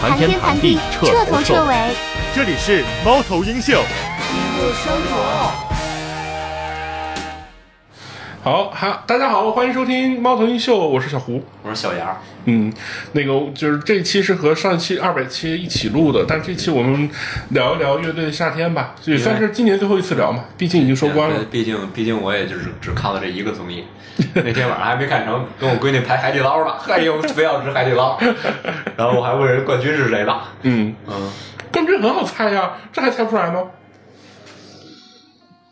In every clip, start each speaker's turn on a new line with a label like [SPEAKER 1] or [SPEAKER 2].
[SPEAKER 1] 盘天盘地，彻头彻尾。
[SPEAKER 2] 这里是猫头鹰秀。
[SPEAKER 3] 好，哈，大家好，欢迎收听猫头鹰秀，我是小胡。
[SPEAKER 4] 我说小杨，
[SPEAKER 3] 嗯，那个就是这一期是和上一期二百期一起录的，但是这期我们聊一聊乐队夏天吧，也算是今年最后一次聊嘛，毕竟已经收官了。
[SPEAKER 4] 毕竟毕竟我也就是只看了这一个综艺，那天晚上还没看成，跟我闺女排海底捞呢，哎呦，非要吃海底捞，然后我还问人冠军是谁呢，
[SPEAKER 3] 嗯，
[SPEAKER 4] 嗯，
[SPEAKER 3] 冠军很好猜呀，这还猜不出来吗？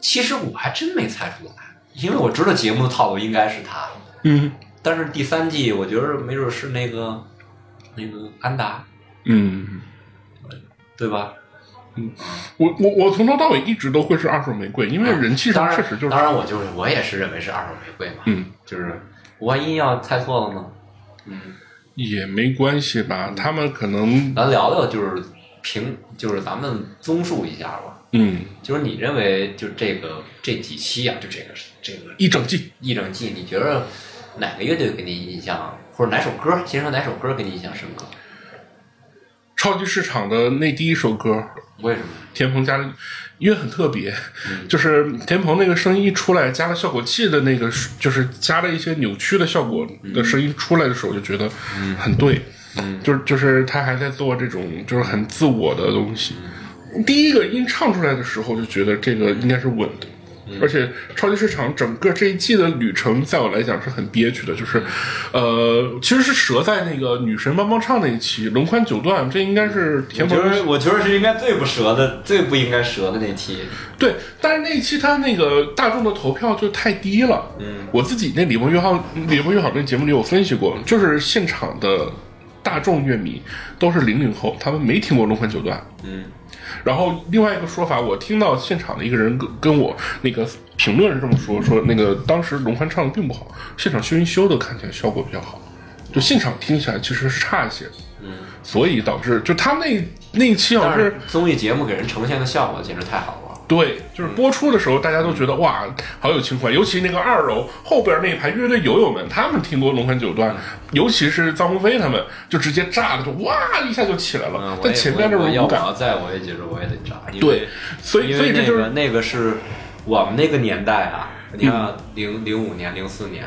[SPEAKER 4] 其实我还真没猜出来，因为我知道节目的套路应该是他，
[SPEAKER 3] 嗯
[SPEAKER 4] 但是第三季我觉得没准是那个那个安达，
[SPEAKER 3] 嗯，
[SPEAKER 4] 对吧？
[SPEAKER 3] 我我我从头到尾一直都会是二手玫瑰，因为人气
[SPEAKER 4] 当
[SPEAKER 3] 上
[SPEAKER 4] 然
[SPEAKER 3] 确实就是
[SPEAKER 4] 当然我就是我也是认为是二手玫瑰嘛，
[SPEAKER 3] 嗯，
[SPEAKER 4] 就是万一要猜错了呢？嗯，
[SPEAKER 3] 也没关系吧，他们可能
[SPEAKER 4] 咱聊聊就是评，就是咱们综述一下吧。
[SPEAKER 3] 嗯
[SPEAKER 4] 就是你认为，就这个这几期啊，就这个这个
[SPEAKER 3] 一整季
[SPEAKER 4] 一整季，你觉得哪个乐队给你印象，或者哪首歌，先说哪首歌给你印象深刻？
[SPEAKER 3] 超级市场的那第一首歌
[SPEAKER 4] 为什么？
[SPEAKER 3] 田鹏加了，因为很特别，
[SPEAKER 4] 嗯
[SPEAKER 3] 就是田鹏那个声音一出来，加了效果器的那个，就是加了一些扭曲的效果的声音出来的时候，我就觉得
[SPEAKER 4] 嗯
[SPEAKER 3] 很对，就是就是他还在做这种就是很自我的东西。
[SPEAKER 4] 嗯
[SPEAKER 3] 第一个音唱出来的时候，就觉得这个应该是稳的。
[SPEAKER 4] 嗯
[SPEAKER 3] 而且超级市场整个这一季的旅程，在我来讲是很憋屈的，就是，
[SPEAKER 4] 嗯
[SPEAKER 3] 呃，其实是折在那个女神帮帮唱那一期，龙宽九段，这应该是田鹏
[SPEAKER 4] 我觉得是应该最不折的、最不应该折的那期。
[SPEAKER 3] 对，但是那一期他那个大众的投票就太低了。
[SPEAKER 4] 嗯，
[SPEAKER 3] 我自己那李博约好，李博约好那节目里我分析过，就是现场的大众乐迷都是零零后，他们没听过《龙魂九段》。
[SPEAKER 4] 嗯，
[SPEAKER 3] 然后另外一个说法，我听到现场的一个人跟跟我那个评论是这么说，说那个当时龙宽唱的并不好，现场修音修的看起来效果比较好，就现场听起来其实是差一些。嗯，所以导致就他们那那一期好
[SPEAKER 4] 但
[SPEAKER 3] 像是
[SPEAKER 4] 是综艺节目给人呈现的效果简直太好了。
[SPEAKER 3] 对，就是播出的时候，大家都觉得哇，好有情怀。尤其那个二楼后边那一排乐队友友们，他们听过《龙盘九
[SPEAKER 4] 嗯
[SPEAKER 3] 段》，尤其是臧鸿飞他们，就直接炸了，就哇一下就起来了
[SPEAKER 4] 嗯，。我
[SPEAKER 3] 但
[SPEAKER 4] 也
[SPEAKER 3] 前面那
[SPEAKER 4] 我
[SPEAKER 3] 种
[SPEAKER 4] 要
[SPEAKER 3] 无
[SPEAKER 4] 我
[SPEAKER 3] 感，
[SPEAKER 4] 要在，我也觉得我也得炸。因为
[SPEAKER 3] 对，所以
[SPEAKER 4] 因
[SPEAKER 3] 所以
[SPEAKER 4] 为
[SPEAKER 3] 这
[SPEAKER 4] 那
[SPEAKER 3] 就
[SPEAKER 4] 个
[SPEAKER 3] 是
[SPEAKER 4] 那个是我们那个年代啊，你
[SPEAKER 3] 嗯
[SPEAKER 4] 看零零五年、零四年，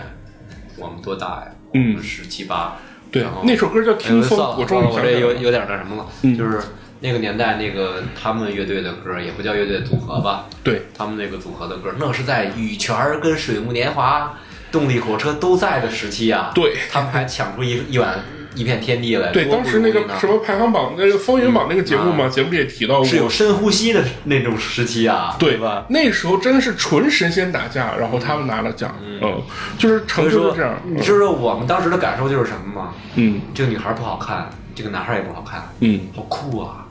[SPEAKER 4] 我们多大呀？
[SPEAKER 3] 嗯
[SPEAKER 4] 十七八。
[SPEAKER 3] 对
[SPEAKER 4] 然后
[SPEAKER 3] 那首歌叫《
[SPEAKER 4] 哎我
[SPEAKER 3] 听
[SPEAKER 4] 算
[SPEAKER 3] 风
[SPEAKER 4] 了，》，
[SPEAKER 3] 终于
[SPEAKER 4] 我
[SPEAKER 3] 想
[SPEAKER 4] 这
[SPEAKER 3] 起
[SPEAKER 4] 有
[SPEAKER 3] 来了。
[SPEAKER 4] 有点那什么了，
[SPEAKER 3] 嗯
[SPEAKER 4] 就是那个年代那个他们乐队的歌，也不叫乐队组合吧，
[SPEAKER 3] 对，
[SPEAKER 4] 他们那个组合的歌，那是在羽泉儿跟水木年华、动力火车都在的时期啊，
[SPEAKER 3] 对
[SPEAKER 4] 他们还抢出一一碗一片天地来。
[SPEAKER 3] 对，
[SPEAKER 4] 多
[SPEAKER 3] 当
[SPEAKER 4] 不
[SPEAKER 3] 时那
[SPEAKER 4] 容易
[SPEAKER 3] 个
[SPEAKER 4] 呢
[SPEAKER 3] 什么排行榜，那个风云榜那个节目嘛，
[SPEAKER 4] 啊
[SPEAKER 3] 节目里也提到过
[SPEAKER 4] 是，有深呼吸的那种时期啊，
[SPEAKER 3] 对
[SPEAKER 4] 吧？？
[SPEAKER 3] 那时候真的是纯神仙打架，然后他们拿了奖，嗯，就是
[SPEAKER 4] 所
[SPEAKER 3] 成
[SPEAKER 4] 以
[SPEAKER 3] 就
[SPEAKER 4] 说
[SPEAKER 3] 是这样，，
[SPEAKER 4] 你知道我们当时的感受就是什么吗？
[SPEAKER 3] 嗯
[SPEAKER 4] 这个女孩不好看，这个男孩也不好看，
[SPEAKER 3] 嗯，
[SPEAKER 4] 好酷啊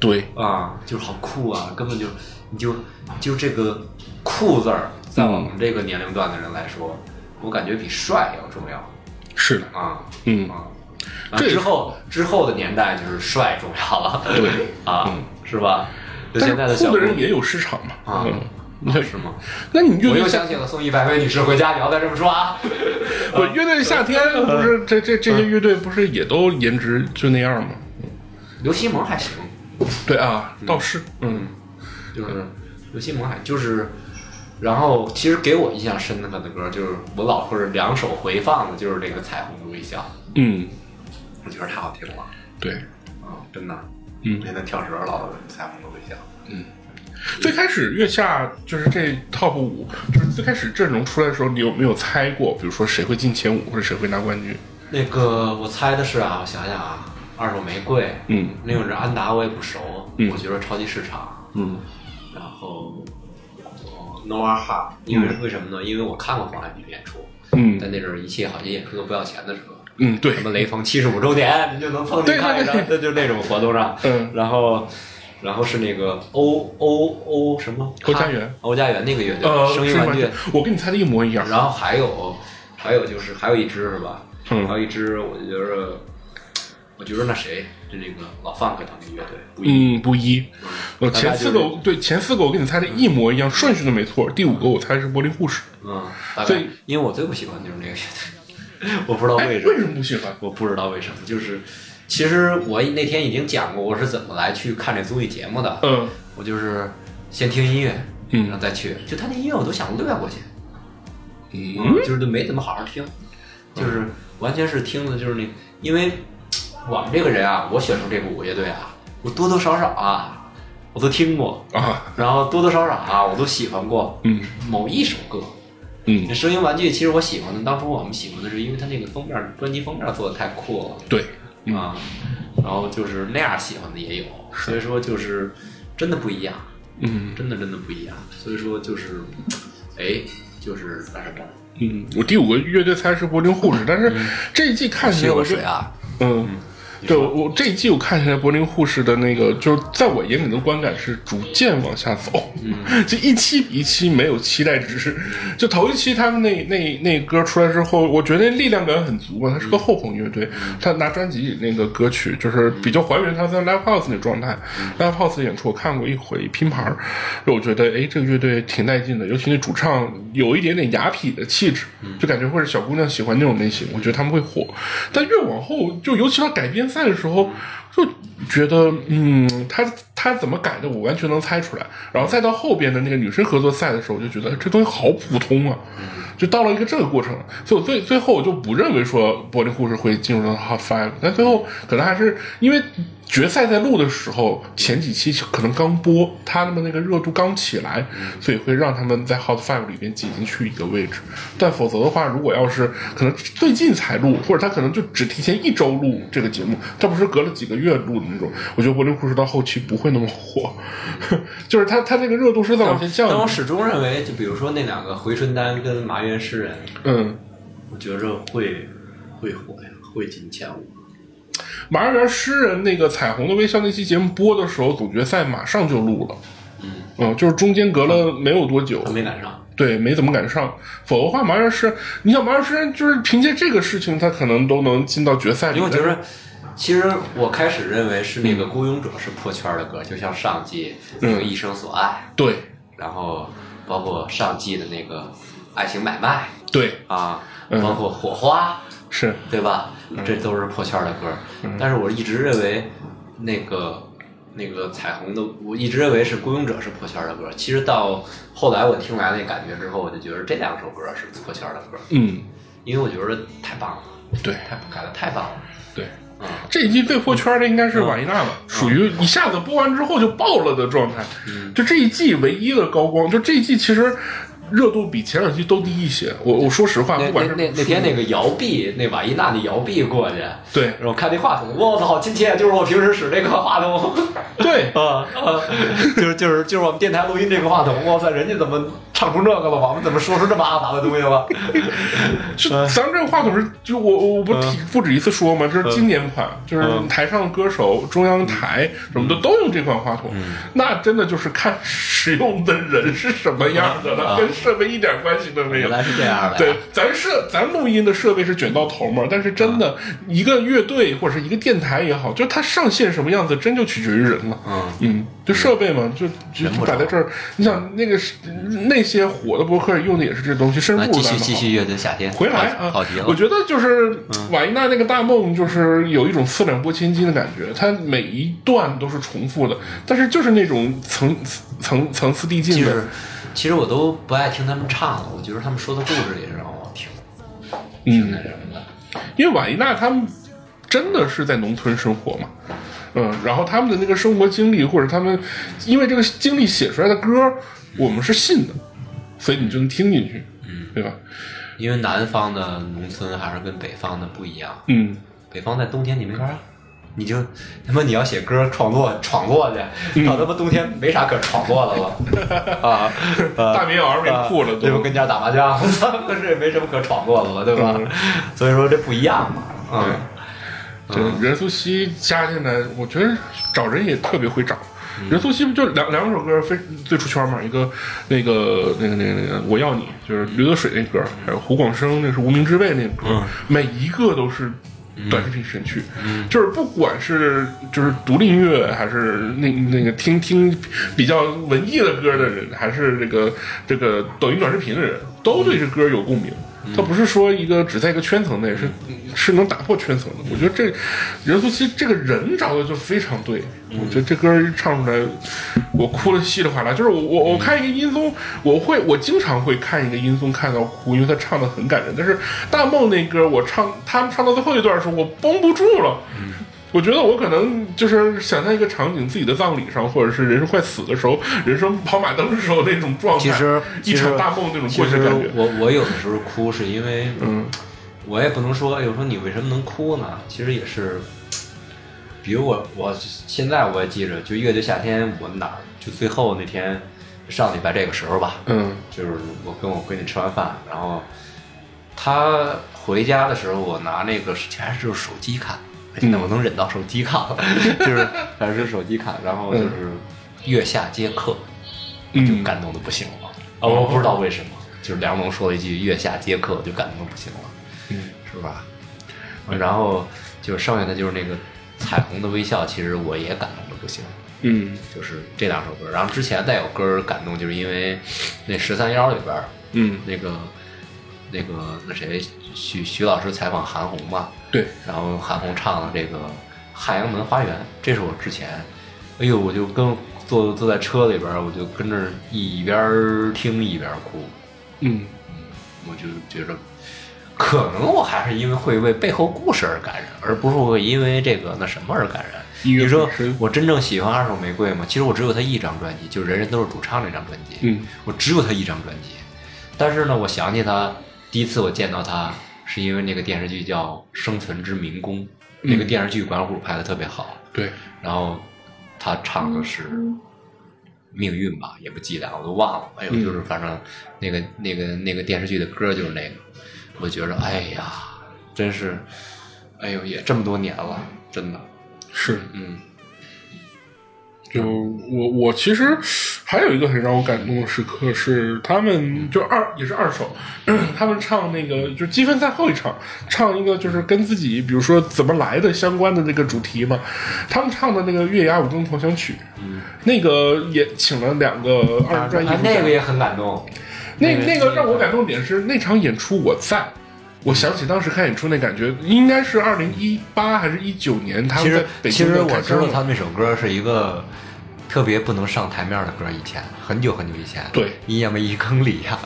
[SPEAKER 3] 对，
[SPEAKER 4] 啊，就是好酷啊，根本就你就就这个酷字儿，在我们这个年龄段的人来说，我感觉比帅要重要
[SPEAKER 3] 是的，
[SPEAKER 4] 啊
[SPEAKER 3] 嗯。
[SPEAKER 4] 啊。啊
[SPEAKER 3] 这
[SPEAKER 4] 之后之后的年代就是帅重要了，
[SPEAKER 3] 对
[SPEAKER 4] 啊，是吧？就现在
[SPEAKER 3] 但
[SPEAKER 4] 的
[SPEAKER 3] 是
[SPEAKER 4] 小
[SPEAKER 3] 酷的人
[SPEAKER 4] 姑
[SPEAKER 3] 也有市场嘛
[SPEAKER 4] 啊
[SPEAKER 3] 嗯，你看
[SPEAKER 4] 是吗？
[SPEAKER 3] 那你乐
[SPEAKER 4] 我
[SPEAKER 3] 队
[SPEAKER 4] 又
[SPEAKER 3] 夏，
[SPEAKER 4] 想起了送一百位女士回家，你要再这么说啊！嗯
[SPEAKER 3] 我乐队夏天不是这这这些乐队不是也都颜值就那样吗？
[SPEAKER 4] 刘西蒙还行，
[SPEAKER 3] 对啊，倒是，嗯
[SPEAKER 4] 就是刘西蒙还就是，然后其实给我印象深刻的歌就是我老会儿两手回放的，就是这个《彩虹的微笑》，
[SPEAKER 3] 嗯，
[SPEAKER 4] 我觉得太好听了
[SPEAKER 3] 对。
[SPEAKER 4] 啊，真的，
[SPEAKER 3] 嗯
[SPEAKER 4] 那天跳绳儿老《彩虹的微笑》，
[SPEAKER 3] 最开始月下就是这 top 五，就是最开始阵容出来的时候，你有没有猜过，比如说谁会进前五，或者谁会拿冠军？
[SPEAKER 4] 那个我猜的是啊，我想想啊，二手玫瑰，
[SPEAKER 3] 嗯，
[SPEAKER 4] 那会儿安达我也不熟，
[SPEAKER 3] 嗯
[SPEAKER 4] 我觉得超级市场，
[SPEAKER 3] 嗯
[SPEAKER 4] 然后。哦 Noah Hart，因为为什么呢？因为我看过黄海明演出，在
[SPEAKER 3] 嗯
[SPEAKER 4] 那阵儿一切好像演出都不要钱的时候，
[SPEAKER 3] 嗯，对
[SPEAKER 4] 什，么雷锋七十五周年，你就能碰见看一张，这就那种活动上。
[SPEAKER 3] 嗯
[SPEAKER 4] 然后，然后是那个欧欧欧什么？
[SPEAKER 3] 欧家园，
[SPEAKER 4] 欧家园那个乐
[SPEAKER 3] 呃，
[SPEAKER 4] 队，声音
[SPEAKER 3] 是
[SPEAKER 4] 玩具
[SPEAKER 3] 吧。我跟你猜的一模一样。
[SPEAKER 4] 然后还有，还有就是还有一支是吧？
[SPEAKER 3] 嗯
[SPEAKER 4] 还有一支，我觉得，我觉得那谁，就那个老范克他们乐队，不一
[SPEAKER 3] 嗯，不一。呃，
[SPEAKER 4] 大概
[SPEAKER 3] 前四个
[SPEAKER 4] 就是
[SPEAKER 3] 我对前四个我跟你猜的一模一样，顺序都没错。第五个我猜是柏林护士。
[SPEAKER 4] 嗯，大
[SPEAKER 3] 所
[SPEAKER 4] 概
[SPEAKER 3] 以，
[SPEAKER 4] 因为我最不喜欢就是那个乐队，我不知道
[SPEAKER 3] 哎，
[SPEAKER 4] 为什么
[SPEAKER 3] 为。什么不喜欢？
[SPEAKER 4] 我不知道为什么，就是其实我那天已经讲过我是怎么来去看这综艺节目的，
[SPEAKER 3] 嗯
[SPEAKER 4] 我就是先听音乐，
[SPEAKER 3] 嗯
[SPEAKER 4] 然后再去，就他那音乐我都想略过去，
[SPEAKER 3] 嗯
[SPEAKER 4] 嗯，就是都没怎么好好听，就是完全是听的，就是那，因为我们这个人啊，我选出这个五个乐队啊，我多多少少啊，我都听过，
[SPEAKER 3] 啊
[SPEAKER 4] 然后多多少少啊，我都喜欢过
[SPEAKER 3] 嗯
[SPEAKER 4] 某一首歌。
[SPEAKER 3] 嗯，
[SPEAKER 4] 那声音玩具其实我喜欢的，当初我们喜欢的是因为它那个封面专辑封面做的太酷了，
[SPEAKER 3] 对，嗯
[SPEAKER 4] 啊，然后就是那样喜欢的也有，所以说就是真的不一样，
[SPEAKER 3] 嗯
[SPEAKER 4] 真的真的不一样，所以说就是，哎，就是但是
[SPEAKER 3] 嗯，我第五个乐队猜是柏林护士，但是这一季看起来我是
[SPEAKER 4] 啊，
[SPEAKER 3] 嗯。对，我我这一季我看起来柏林护士的那个，就是在我眼里的观感是逐渐往下走， 就一期比一期没有期待值。 就头一期他们那那那歌出来之后，我觉得力量感很足啊嘛，他是个后朋乐队，他拿专辑里那个歌曲就是比较还原他在 live house 那状态。live house 演出我看过一回拼盘儿，我觉得哎这个乐队挺带劲的，尤其那主唱有一点点雅痞的气质，就感觉会是小姑娘喜欢那种类型，我觉得他们会火。但越往后，就尤其到改编赛的时候。就觉得，嗯，他他怎么改的，我完全能猜出来。然后再到后边的那个女生合作赛的时候，我就觉得这东西好普通啊，就到了一个这个过程。所以我最最后我就不认为说柏林护士会进入到 Hot Five，但最后可能还是因为决赛在录的时候，前几期可能刚播，他们那个热度刚起来，所以会让他们在 Hot Five 里边挤进去一个位置。但否则的话，如果要是可能最近才录，或者他可能就只提前一周录这个节目，他不是隔了几个月录的那种，我觉得柏林护士到后期不会那么火， 就是他他这个热度是在往前降
[SPEAKER 4] 但我
[SPEAKER 3] 的。
[SPEAKER 4] 始终认为，就比如说那两个回春丹跟麻原诗人，
[SPEAKER 3] 嗯，
[SPEAKER 4] 我觉着会会火呀，会进前五。
[SPEAKER 3] 马二元诗人那个彩虹的微笑那期节目播的时候，总决赛马上就录了。
[SPEAKER 4] 嗯
[SPEAKER 3] 就是中间隔了没有多久
[SPEAKER 4] 他，没赶上，
[SPEAKER 3] 对，没怎么赶上。否则的话，马二元诗，你想马二元诗人就是凭借这个事情，他可能都能进到决赛里。
[SPEAKER 4] 因为我觉着，其实我开始认为是那个《孤勇者》是破圈的歌，就像上季那个《一生所爱》，
[SPEAKER 3] 对
[SPEAKER 4] 然后包括上季的那个《爱情买卖
[SPEAKER 3] 对》
[SPEAKER 4] 啊，
[SPEAKER 3] 嗯
[SPEAKER 4] 包括《火花》，
[SPEAKER 3] 是，
[SPEAKER 4] 对吧？这都是破圈的歌，
[SPEAKER 3] 嗯
[SPEAKER 4] 但是我一直认为那个那个彩虹的，我一直认为是《孤勇者》是破圈的歌。其实到后来我听来那感觉之后，我就觉得这两首歌是破圈的歌，
[SPEAKER 3] 嗯，
[SPEAKER 4] 因为我觉得太棒了，
[SPEAKER 3] 对啊
[SPEAKER 4] 太改的太棒了。
[SPEAKER 3] 对。
[SPEAKER 4] 嗯，
[SPEAKER 3] 这一季最破圈的应该是瓦伊娜
[SPEAKER 4] 啊
[SPEAKER 3] 吧，属于一下子播完之后就爆了的状态。
[SPEAKER 4] 嗯
[SPEAKER 3] 就这一季唯一的高光，就这一季其实热度比前两季都低一些。我我说实话，
[SPEAKER 4] 那
[SPEAKER 3] 不管
[SPEAKER 4] 那
[SPEAKER 3] 是
[SPEAKER 4] 那那天那个摇臂，那瓦依娜那摇臂过去，
[SPEAKER 3] 对
[SPEAKER 4] 然后看那话筒，我操，亲切，就是我平时使这个话筒，
[SPEAKER 3] 对
[SPEAKER 4] 啊啊，就是就是就是我们电台录音这个话筒，哇塞，人家怎么唱出这个了？我们怎么说出这么阿杂的东西了？
[SPEAKER 3] 就
[SPEAKER 4] 哎
[SPEAKER 3] 咱们这个话筒是，就我我我不
[SPEAKER 4] 嗯
[SPEAKER 3] 提不止一次说嘛，这是经典款，就是台上歌手、中央台
[SPEAKER 4] 嗯
[SPEAKER 3] 什么的都用这款话筒，那真的就是看使用的人是什么样的了，
[SPEAKER 4] 啊
[SPEAKER 3] 跟设备一点关系都没有
[SPEAKER 4] 原。来是这样的，
[SPEAKER 3] 对，，咱设咱录音的设备是卷到头嘛，但是真的
[SPEAKER 4] 嗯
[SPEAKER 3] 一个乐队或者是一个电台也好，就它上线什么样子，真就取决于人了。
[SPEAKER 4] 嗯，
[SPEAKER 3] 嗯，就设备嘛，就就
[SPEAKER 4] 人不
[SPEAKER 3] 摆在
[SPEAKER 4] 少
[SPEAKER 3] 这儿。你想那个是那些火的博客用的也是这东西，甚至
[SPEAKER 4] 那
[SPEAKER 3] 不
[SPEAKER 4] 啊继
[SPEAKER 3] 如咱
[SPEAKER 4] 续
[SPEAKER 3] 们
[SPEAKER 4] 继
[SPEAKER 3] 好。
[SPEAKER 4] 续乐队夏天
[SPEAKER 3] 嗯回来啊！
[SPEAKER 4] 好极嗯了
[SPEAKER 3] 我，觉得就是瓦依娜那个大梦，就是有一种四两拨千斤的感觉，它每一段都是重复的，但是就是那种层层层次递
[SPEAKER 4] 其
[SPEAKER 3] 进
[SPEAKER 4] 实
[SPEAKER 3] 的。
[SPEAKER 4] 其实我都不爱听他们唱了，我觉得他们说的故事也是让我听，
[SPEAKER 3] 嗯，
[SPEAKER 4] 什么的，
[SPEAKER 3] 因为瓦依娜他们真的是在农村生活嘛，嗯，然后他们的那个生活经历，或者他们因为这个经历写出来的歌，我们是信的，所以你就能听进去，
[SPEAKER 4] 嗯
[SPEAKER 3] 对吧？
[SPEAKER 4] 因为南方的农村还是跟北方的不一样，
[SPEAKER 3] 嗯，
[SPEAKER 4] 北方在冬天你没法儿，你就他妈你要写歌创作闯祸
[SPEAKER 3] 嗯
[SPEAKER 4] 去，到他妈冬天没啥可闯祸的了 啊！呃
[SPEAKER 3] 大棉袄儿没裤了
[SPEAKER 4] 啊
[SPEAKER 3] 都
[SPEAKER 4] 对吧？跟家打麻将， 这也没什么可闯祸的了，对吧
[SPEAKER 3] 嗯？
[SPEAKER 4] 所以说这不一样嘛，嗯，
[SPEAKER 3] 对，任素汐加进来，我觉得找人也特别会找。任素汐不就两两首歌非最出圈嘛？一个那个那个那个那个我要你，就是驴得水那歌，还有胡广生那是无名之辈那歌，每一个都是短视频神曲，就是不管是就是独立音乐，还是那那个听听比较文艺的歌的人，还是这个这个抖音短视频的人，都对这歌有共鸣。它不是说一个只在一个圈层内，是是能打破圈层的。我觉得这任素汐这个人找的就非常对，
[SPEAKER 4] 嗯
[SPEAKER 3] 我觉得这歌儿唱出来，我哭的稀里哗啦。就是我
[SPEAKER 4] 嗯
[SPEAKER 3] 我我看一个音综，我会我经常会看一个音综看到哭，因为他唱的很感人。但是大梦那歌，我唱他们唱到最后一段的时候，我绷不住了。
[SPEAKER 4] 嗯
[SPEAKER 3] 我觉得我可能就是想象一个场景，自己的葬礼上，或者是人生快死的时候，人生跑马灯的时候那种状态，
[SPEAKER 4] 其实
[SPEAKER 3] 一场大梦那种
[SPEAKER 4] 其
[SPEAKER 3] 过去
[SPEAKER 4] 实
[SPEAKER 3] 的感觉。
[SPEAKER 4] 我我有的时候哭是因为，
[SPEAKER 3] 嗯，
[SPEAKER 4] 我也不能说，哎呦，说你为什么能哭呢？其实也是，比如我我现在我也记着，就乐队夏天我哪儿就最后那天上礼拜这个时候吧，
[SPEAKER 3] 嗯
[SPEAKER 4] 就是我跟我闺女吃完饭，然后她回家的时候，我拿那个还是就是手机看，现在我能忍到手机看了，就是还是手机看，然后就是月下接客，就
[SPEAKER 3] 嗯，
[SPEAKER 4] 感动的不行了。啊，我不知道为什么，就是梁龙说了一句“月下接客”，就感动的不行了，
[SPEAKER 3] 嗯，
[SPEAKER 4] 是吧？然后就剩下的就是那个彩虹的微笑，其实我也感动的不行。
[SPEAKER 3] 嗯
[SPEAKER 4] 就是这两首歌，然后之前再有歌儿感动，就是因为那十三幺里边儿
[SPEAKER 3] 嗯，
[SPEAKER 4] 那个那个那谁徐徐老师采访韩红嘛，
[SPEAKER 3] 对，
[SPEAKER 4] 然后韩红唱了这个《汉阳门花园》，这是我之前，哎呦，我就跟坐坐在车里边儿，我就跟着一边儿听一边儿哭，
[SPEAKER 3] 嗯
[SPEAKER 4] 我就觉着，可能我还是因为会为背后故事而感人，而不是会因为这个那什么而感人。
[SPEAKER 3] 音乐
[SPEAKER 4] 你说
[SPEAKER 3] 本身
[SPEAKER 4] 我真正喜欢二手玫瑰吗？其实我只有他一张专辑，就是《人人都是主唱》那张专辑。
[SPEAKER 3] 嗯，
[SPEAKER 4] 我只有他一张专辑。但是呢，我想起他第一次我见到他，是因为那个电视剧叫《生存之民工》，那个电视剧管虎拍的特别好。
[SPEAKER 3] 嗯对，
[SPEAKER 4] 然后他唱的是命运吧，也不记得了，我都忘了。哎呦，
[SPEAKER 3] 嗯
[SPEAKER 4] 就是反正那个那个那个电视剧的歌就是那个，我觉着哎呀，真是，哎呦，也这么多年了，真的，
[SPEAKER 3] 是。
[SPEAKER 4] 嗯
[SPEAKER 3] 就我我其实还有一个很让我感动的时刻是，他们
[SPEAKER 4] 嗯
[SPEAKER 3] 就二也是二手， 他们唱那个就积分赛后一场，唱一个就是跟自己比如说怎么来的相关的那个主题嘛，他们唱的那个《月牙舞中狂想曲》，那个也请了两个二人转艺术
[SPEAKER 4] 嗯啊
[SPEAKER 3] 家，
[SPEAKER 4] 那个也很感动，
[SPEAKER 3] 那
[SPEAKER 4] 那
[SPEAKER 3] 那
[SPEAKER 4] 个
[SPEAKER 3] 个让我感动点是那场演出我在，我想起当时看演出那感觉，应该是二零一八还是一九年，他
[SPEAKER 4] 其
[SPEAKER 3] 们在
[SPEAKER 4] 实
[SPEAKER 3] 北
[SPEAKER 4] 其
[SPEAKER 3] 京
[SPEAKER 4] 实
[SPEAKER 3] 的
[SPEAKER 4] 我
[SPEAKER 3] 凯
[SPEAKER 4] 知
[SPEAKER 3] 歌
[SPEAKER 4] 道
[SPEAKER 3] 嘛
[SPEAKER 4] 他那首歌是一个。特别不能上台面的歌，以前很久很久以前，
[SPEAKER 3] 对
[SPEAKER 4] 一夜没一更里呀、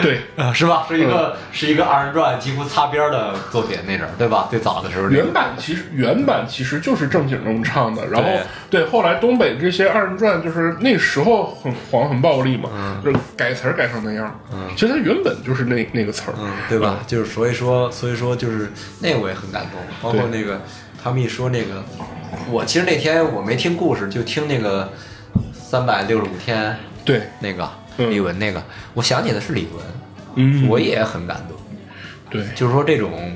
[SPEAKER 3] 对
[SPEAKER 4] 啊，是吧？是一个、是一个二人转几乎擦边儿的作品，那阵儿对吧？最早的时候、那个，
[SPEAKER 3] 原版其实原版其实就是正经人唱的，然后对后来东北这些二人转就是那时候很黄很暴力嘛，
[SPEAKER 4] 嗯
[SPEAKER 3] 就是改词儿改成那样。其实它原本就是那那个词儿。
[SPEAKER 4] 嗯，对吧？就是所以说，所以说就是那我也很感动，包括那个他们一说那个，我其实那天我没听故事，就听那个三百六十五天
[SPEAKER 3] 对，
[SPEAKER 4] 那个
[SPEAKER 3] 嗯
[SPEAKER 4] 李玟那个，我想起的是李玟，
[SPEAKER 3] 嗯
[SPEAKER 4] 我也很感动，
[SPEAKER 3] 对，
[SPEAKER 4] 就是说这种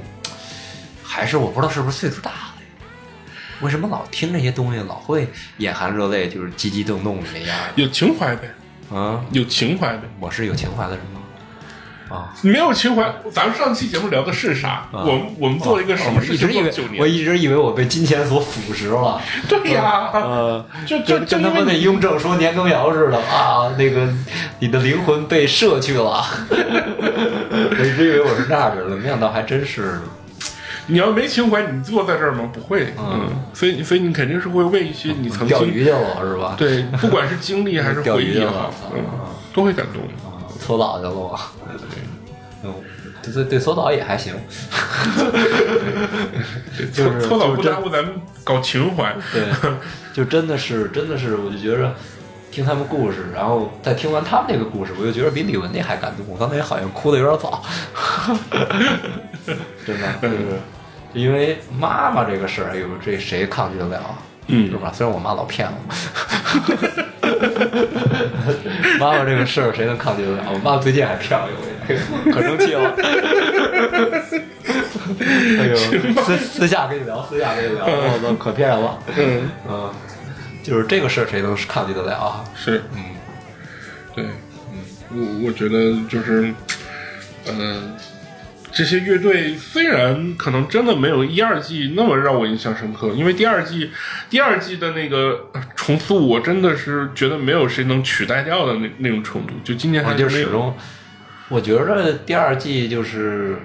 [SPEAKER 4] 还是我不知道是不是岁数大了。为什么老听这些东西，老会眼含热泪，就是激激动动的那样儿？
[SPEAKER 3] 有情怀呗，
[SPEAKER 4] 啊，
[SPEAKER 3] 有情怀呗。
[SPEAKER 4] 我是有情怀的人吗？啊，
[SPEAKER 3] 没有情怀，咱们上期节目聊的是啥？我们我们做了一个什么
[SPEAKER 4] 啊哦我
[SPEAKER 3] 事
[SPEAKER 4] 一
[SPEAKER 3] 情
[SPEAKER 4] 直以
[SPEAKER 3] 做了
[SPEAKER 4] 为
[SPEAKER 3] 九
[SPEAKER 4] 我
[SPEAKER 3] 年？
[SPEAKER 4] 一直以为我被金钱所腐蚀了。
[SPEAKER 3] 对呀，
[SPEAKER 4] 呃，
[SPEAKER 3] 就就
[SPEAKER 4] 就
[SPEAKER 3] 就
[SPEAKER 4] 跟他
[SPEAKER 3] 因为
[SPEAKER 4] 们那雍正说年羹尧似的啊，那个你的灵魂被摄去了。 我一直以为我是那样的人，没想到还真是。
[SPEAKER 3] 你要没情怀，你坐在这儿吗？不会，
[SPEAKER 4] 嗯
[SPEAKER 3] 嗯，所以所以你肯定是会为一些你曾
[SPEAKER 4] 钓
[SPEAKER 3] 经
[SPEAKER 4] 鱼去了是吧？，
[SPEAKER 3] 对，不管是经历还是
[SPEAKER 4] 钓
[SPEAKER 3] 回
[SPEAKER 4] 鱼
[SPEAKER 3] 忆
[SPEAKER 4] 去
[SPEAKER 3] 也
[SPEAKER 4] 了
[SPEAKER 3] 好，，嗯，都会感动。
[SPEAKER 4] 搓澡去了我。嗯，对对对，搓澡也还 行。就
[SPEAKER 3] 搓
[SPEAKER 4] 是
[SPEAKER 3] 搓澡
[SPEAKER 4] 就
[SPEAKER 3] 不
[SPEAKER 4] 是
[SPEAKER 3] 耽误咱们搞情怀。
[SPEAKER 4] 对， 就真的是，真的是，我就觉着听他们故事，然后再听完他们那个故事，我就觉得比李玟那还感动。我刚才好像哭的有点早，真的就是因为妈妈这个事儿，哎呦，这谁抗拒得了啊？
[SPEAKER 3] 嗯
[SPEAKER 4] 是吧？虽然我 妈老骗我，妈妈这个事儿谁能抗拒得了？我妈最近还骗我一回，哎呦可生气了。哎呦，私私下跟你聊，私下跟你聊，我操，可骗人了。
[SPEAKER 3] 嗯，
[SPEAKER 4] 嗯，就是这个事儿谁能抗拒得了啊？
[SPEAKER 3] 是，
[SPEAKER 4] 嗯，
[SPEAKER 3] 对，嗯，我我觉得就是，呃，这些乐队虽然可能真的没有一二季那么让我印象深刻，因为第二季第二季的那个呃重塑，我真的是觉得没有谁能取代掉的那那种程度。就今年
[SPEAKER 4] 我
[SPEAKER 3] 还
[SPEAKER 4] 哦就是
[SPEAKER 3] 没
[SPEAKER 4] 始
[SPEAKER 3] 有，
[SPEAKER 4] 终我觉着第二季就是，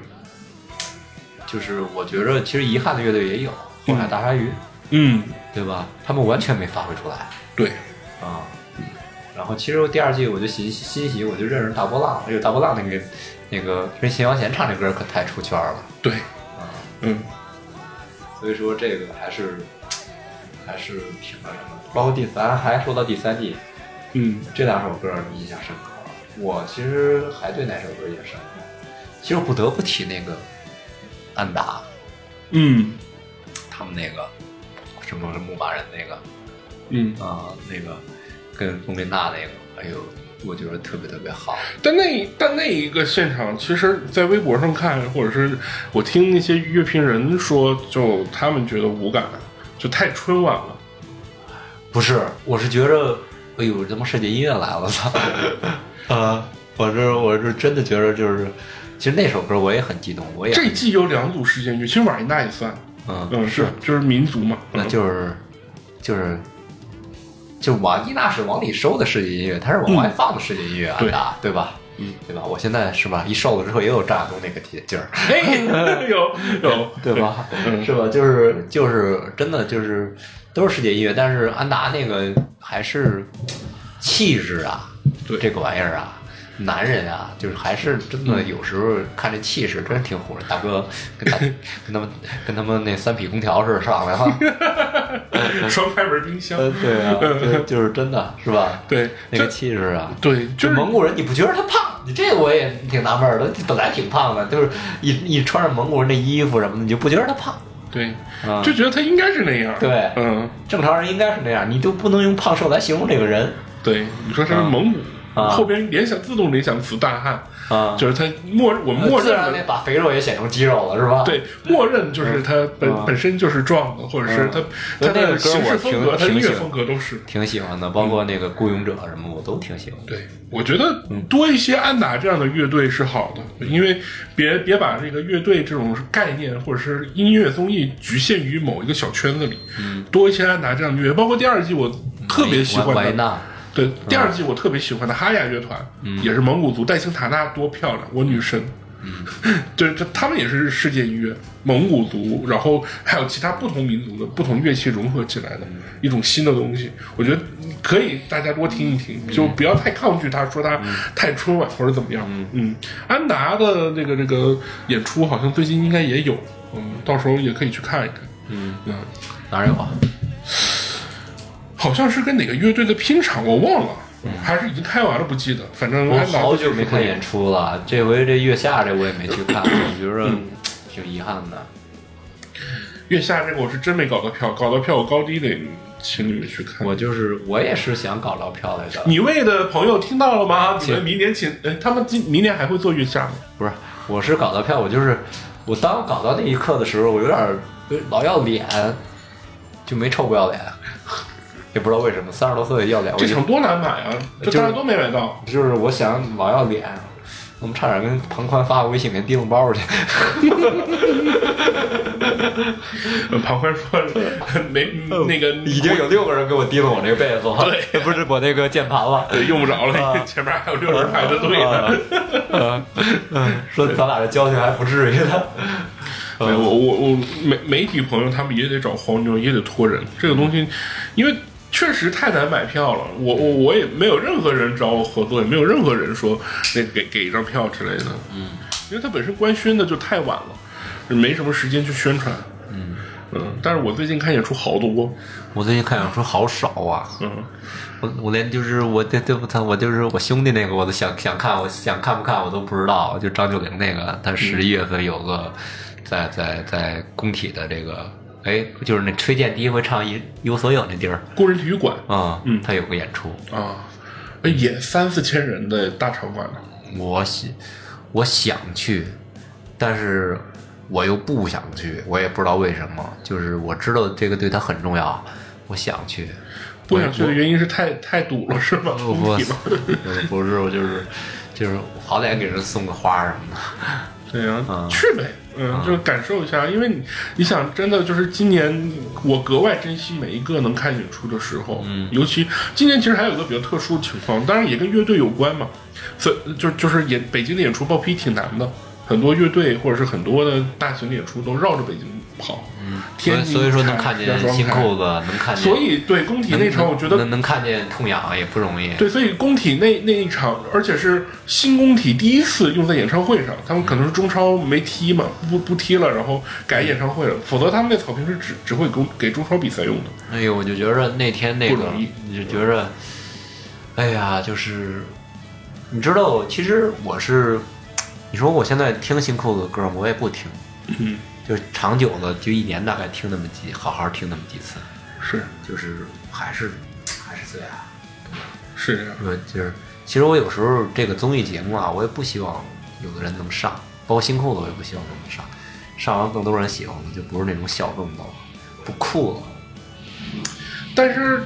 [SPEAKER 4] 就是我觉着其实遗憾的乐队也有，后海大鲨鱼，
[SPEAKER 3] 嗯，
[SPEAKER 4] 对吧？他们完全没发挥出来
[SPEAKER 3] 对，
[SPEAKER 4] 啊。然后其实第二季我就欣喜欣喜，我就认识大波浪，哎呦，大波浪那个那个跟秦霄贤唱这歌可太出圈了
[SPEAKER 3] 对，
[SPEAKER 4] 啊。
[SPEAKER 3] 嗯，
[SPEAKER 4] 所以说这个还是还是挺那什么。包括第三，还说到第三季，
[SPEAKER 3] 嗯，
[SPEAKER 4] 这两首歌你印象深刻？啊我其实还对哪首歌印象深刻？其实我不得不提那个安达
[SPEAKER 3] 嗯，
[SPEAKER 4] 他们那个什么什么牧马人那个
[SPEAKER 3] 嗯，
[SPEAKER 4] 啊、那个跟龚琳娜那个，哎呦，我觉得特别特别好。
[SPEAKER 3] 但那但那一个现场，其实，在微博上看，或者是我听那些乐评人说，就他们觉得无感，就太春晚了。
[SPEAKER 4] 不是，我是觉着，哎呦，他妈世界音乐来了，操！ 啊，我是我是真的觉着就是，其实那首歌我也很激动，我也
[SPEAKER 3] 这季有两组世界音乐，其实瓦伊娜也算，
[SPEAKER 4] 哎嗯
[SPEAKER 3] 嗯，是就是民族嘛，
[SPEAKER 4] 那
[SPEAKER 3] 嗯
[SPEAKER 4] 就是就是就往一娜是往里收的世界音乐，它是往外放的世界音乐，
[SPEAKER 3] 嗯对
[SPEAKER 4] 啊，对吧？
[SPEAKER 3] 嗯，
[SPEAKER 4] 对吧？我现在是吧，一瘦了之后也有张亚东那个劲劲儿，
[SPEAKER 3] 哎，有有，
[SPEAKER 4] 对吧？是吧？就是就是真的就是都是世界音乐，但是安达那个还是气质啊，
[SPEAKER 3] 对
[SPEAKER 4] 这个玩意儿啊。男人啊，就是还是真的，
[SPEAKER 3] 嗯
[SPEAKER 4] 有时候看这气势，真是挺唬人。大哥 跟大跟他们跟他们那三匹空调似的上来了，
[SPEAKER 3] 双开门冰箱，
[SPEAKER 4] 呃，对啊，就就是真的是吧？
[SPEAKER 3] 对，
[SPEAKER 4] 那个
[SPEAKER 3] 就
[SPEAKER 4] 气势啊，
[SPEAKER 3] 对，就是
[SPEAKER 4] 蒙古人，你不觉得他胖？你这个我也挺纳闷儿的，本来挺胖的，就是一一穿上蒙古人的衣服什么的，你就不觉得他胖？
[SPEAKER 3] 对，
[SPEAKER 4] 啊
[SPEAKER 3] 就觉得他应该是那样，
[SPEAKER 4] 对
[SPEAKER 3] 嗯，
[SPEAKER 4] 正常人应该是那样，你都不能用胖瘦来形容这个人
[SPEAKER 3] 对，你说他是蒙古，
[SPEAKER 4] 啊
[SPEAKER 3] 后边联想自动联想词大汉，
[SPEAKER 4] 啊。呃
[SPEAKER 3] 就是他默我们默
[SPEAKER 4] 自
[SPEAKER 3] 认
[SPEAKER 4] 然的
[SPEAKER 3] 的。
[SPEAKER 4] 把肥肉也显成肌肉了，是吧？，
[SPEAKER 3] 对，默认就是他本、
[SPEAKER 4] 啊嗯
[SPEAKER 3] 本身就是壮的，或者是他、
[SPEAKER 4] 那
[SPEAKER 3] 他
[SPEAKER 4] 那个
[SPEAKER 3] 的
[SPEAKER 4] 歌
[SPEAKER 3] 行
[SPEAKER 4] 我
[SPEAKER 3] 事
[SPEAKER 4] 挺
[SPEAKER 3] 风格、他的音
[SPEAKER 4] 挺
[SPEAKER 3] 乐
[SPEAKER 4] 喜欢
[SPEAKER 3] 风格都是。
[SPEAKER 4] 挺喜欢的，包括那个雇佣者什么，我都挺喜欢的。
[SPEAKER 3] 嗯对，我觉得
[SPEAKER 4] 嗯
[SPEAKER 3] 多一些安达这样的乐队是好的，因为别别把这个乐队这种概念或者是音乐综艺局限于某一个小圈子里。
[SPEAKER 4] 嗯
[SPEAKER 3] 多一些安达这样的乐队，包括第二季我特别喜欢
[SPEAKER 4] 瓦
[SPEAKER 3] 的
[SPEAKER 4] 伊娜，
[SPEAKER 3] 对，第二季我特别喜欢的哈亚乐团，也是蒙古族，戴青塔纳多漂亮，我女神。 对，这他们也是世界音乐，蒙古族，然后还有其他不同民族的不同乐器融合起来的一种新的东西。我觉得可以，大家多听一听，就不要太抗拒他，说他太春晚或者怎么样。嗯，安达的这个这个演出好像最近应该也有，嗯，到时候也可以去看一看。
[SPEAKER 4] 嗯
[SPEAKER 3] 嗯，
[SPEAKER 4] 哪有啊？
[SPEAKER 3] 好像是跟哪个乐队的拼场，我忘了，还是已经开完了，不记得。反正
[SPEAKER 4] 我
[SPEAKER 3] 安达
[SPEAKER 4] 好久没看演出了，这回这月下这我也没去看，我觉着
[SPEAKER 3] 嗯
[SPEAKER 4] 挺遗憾的。
[SPEAKER 3] 月下这个我是真没搞到票，搞到票我高低得请你们去看。
[SPEAKER 4] 我就是我也是想搞到票来着，
[SPEAKER 3] 你位的朋友听到了吗？你
[SPEAKER 4] 啊请
[SPEAKER 3] 们明年请，哎，他们今明年还会做月下吗？
[SPEAKER 4] 不是，我是搞到票，我就是我当搞到那一刻的时候，我有点儿老要脸，就没臭不要脸， 也不知道为什么，三十多岁要脸，我
[SPEAKER 3] 这
[SPEAKER 4] 就
[SPEAKER 3] 场多难买啊！这
[SPEAKER 4] 就是
[SPEAKER 3] 大家都没买到。
[SPEAKER 4] 就是我想老要脸，我们差点跟庞宽发个微信给提供包去，
[SPEAKER 3] 呃庞宽说 没那个
[SPEAKER 4] 哦已经有六个人给我提供我这个被子 了，
[SPEAKER 3] 对
[SPEAKER 4] 不是我那个键盘了。
[SPEAKER 3] 对 用不着
[SPEAKER 4] 啊
[SPEAKER 3] 了，前面还有六人排的队呢。
[SPEAKER 4] 啊，嗯，说咱俩这交情还不至于呢。
[SPEAKER 3] 没有，我我我媒媒体朋友他们也得找黄牛，也得托人。这个东西，因为确实太难买票了。我我我也没有任何人找我合作，也没有任何人说那给给一张票之类的。嗯，因为它本身官宣的就太晚了，没什么时间去宣传。嗯但是我最近看演出好多，
[SPEAKER 4] 我最近看演出好少啊，
[SPEAKER 3] 嗯，
[SPEAKER 4] 我我连就是我这这不他我就是我兄弟那个我都想想看，我想看不看我都不知道。就张九龄那个，他十一月份有个在在在工体的这个，哎，就是那崔健第一回唱一《一无所有》那地儿
[SPEAKER 3] 工人体育馆
[SPEAKER 4] 啊，
[SPEAKER 3] 嗯
[SPEAKER 4] 他有个演出，
[SPEAKER 3] 啊，哎也三四千人的大场馆呢。
[SPEAKER 4] 我想我想去，但是我又不想去，我也不知道为什么。就是我知道这个对他很重要，我想去。
[SPEAKER 3] 不想去的原因是太太堵了，是吗？
[SPEAKER 4] 不
[SPEAKER 3] 工
[SPEAKER 4] 不
[SPEAKER 3] 体吗？
[SPEAKER 4] 不是，我就是就是好歹给人送个花什么的。
[SPEAKER 3] 对呀、
[SPEAKER 4] 啊
[SPEAKER 3] 去呗，嗯，就是感受一下，因为你你想真的就是今年我格外珍惜每一个能看演出的时候，嗯，尤其今年其实还有一个比较特殊的情况，当然也跟乐队有关嘛，所以就就是演北京的演出报批挺难的。很多乐队或者是很多的大型的演出都绕着北京跑，嗯，
[SPEAKER 4] 所
[SPEAKER 3] 天
[SPEAKER 4] 以
[SPEAKER 3] 津
[SPEAKER 4] 所以说能
[SPEAKER 3] 开
[SPEAKER 4] 看见
[SPEAKER 3] 杨庄
[SPEAKER 4] 新
[SPEAKER 3] 开
[SPEAKER 4] 裤子，能看见，
[SPEAKER 3] 所以对工体
[SPEAKER 4] 能
[SPEAKER 3] 那场，我觉得
[SPEAKER 4] 能能看见痛痒也不容易。
[SPEAKER 3] 对，所以工体那那一场，而且是新工体第一次用在演唱会上，他们可能是中超没踢嘛，不不踢了，然后改演唱会了，否则他们那草坪是只只会给给中超比赛用的。
[SPEAKER 4] 哎呦，我就觉着那天那
[SPEAKER 3] 不
[SPEAKER 4] 个
[SPEAKER 3] 容易，
[SPEAKER 4] 你就觉着，哎呀，就是，你知道，其实我是，你说我现在听新裤子的歌儿，我也不听，
[SPEAKER 3] 嗯
[SPEAKER 4] 就是长久的，就一年大概听那么几，好好听那么几次，
[SPEAKER 3] 是
[SPEAKER 4] 就是还是还是最爱。
[SPEAKER 3] 是这样，
[SPEAKER 4] 我就是，其实我有时候这个综艺节目啊，我也不希望有的人能上，包括新裤子，我也不希望能上，上完更多人喜欢我，就不是那种小众的了，不酷了。
[SPEAKER 3] 但是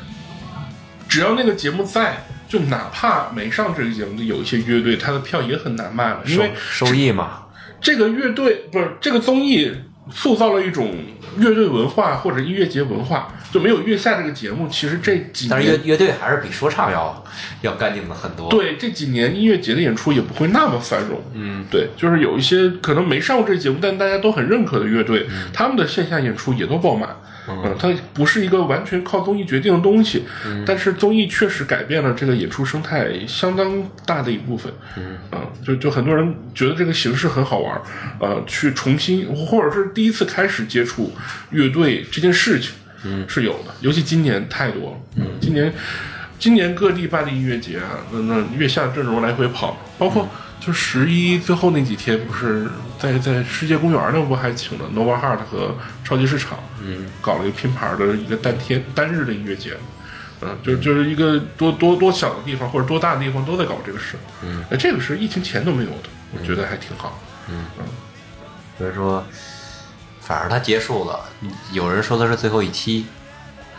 [SPEAKER 3] 只要那个节目在。就哪怕没上这个节目的有一些乐队，他的票也很难卖了，因为
[SPEAKER 4] 收收益嘛，
[SPEAKER 3] 这个乐队不是这个综艺塑造了一种乐队文化或者音乐节文化，就没有月下这个节目。其实这几
[SPEAKER 4] 但是乐
[SPEAKER 3] 年
[SPEAKER 4] 乐队还是比说唱要要干净的很多。，
[SPEAKER 3] 对这几年音乐节的演出也不会那么繁荣。
[SPEAKER 4] 嗯，
[SPEAKER 3] 对，就是有一些可能没上过这节目，但大家都很认可的乐队，他们的线下演出也都爆满。嗯，它不是一个完全靠综艺决定的东西，但是综艺确实改变了这个演出生态相当大的一部分。嗯，就就很多人觉得这个形式很好玩，呃，去重新或者是第一次开始接触乐队这件事情，嗯，是有的。尤其今年太多了，嗯，今年今年各地办的音乐节啊，那那月下阵容来回跑，包括就十一最后那几天，不是在在世界公园那不还请了 Nova Heart 和超级市场，嗯，搞了一个拼盘的一个单天单日的音乐节，嗯，就就是一个多多多小的地方或者多大的地方都在搞这个事，嗯，这个是疫情前都没有的，我觉得还挺好。
[SPEAKER 4] 所以说，反正它结束了，有人说它是最后一期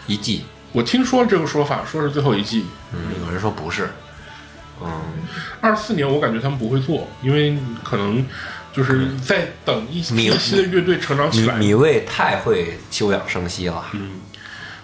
[SPEAKER 4] 一季，
[SPEAKER 3] 我听说这个说法，说是最后一季，
[SPEAKER 4] 嗯，有人说不是，嗯
[SPEAKER 3] 二四年我感觉他们不会做，因为可能就是在等一
[SPEAKER 4] 米
[SPEAKER 3] 一批的乐队成长起
[SPEAKER 4] 米
[SPEAKER 3] 来。
[SPEAKER 4] 米未太会休养生息了。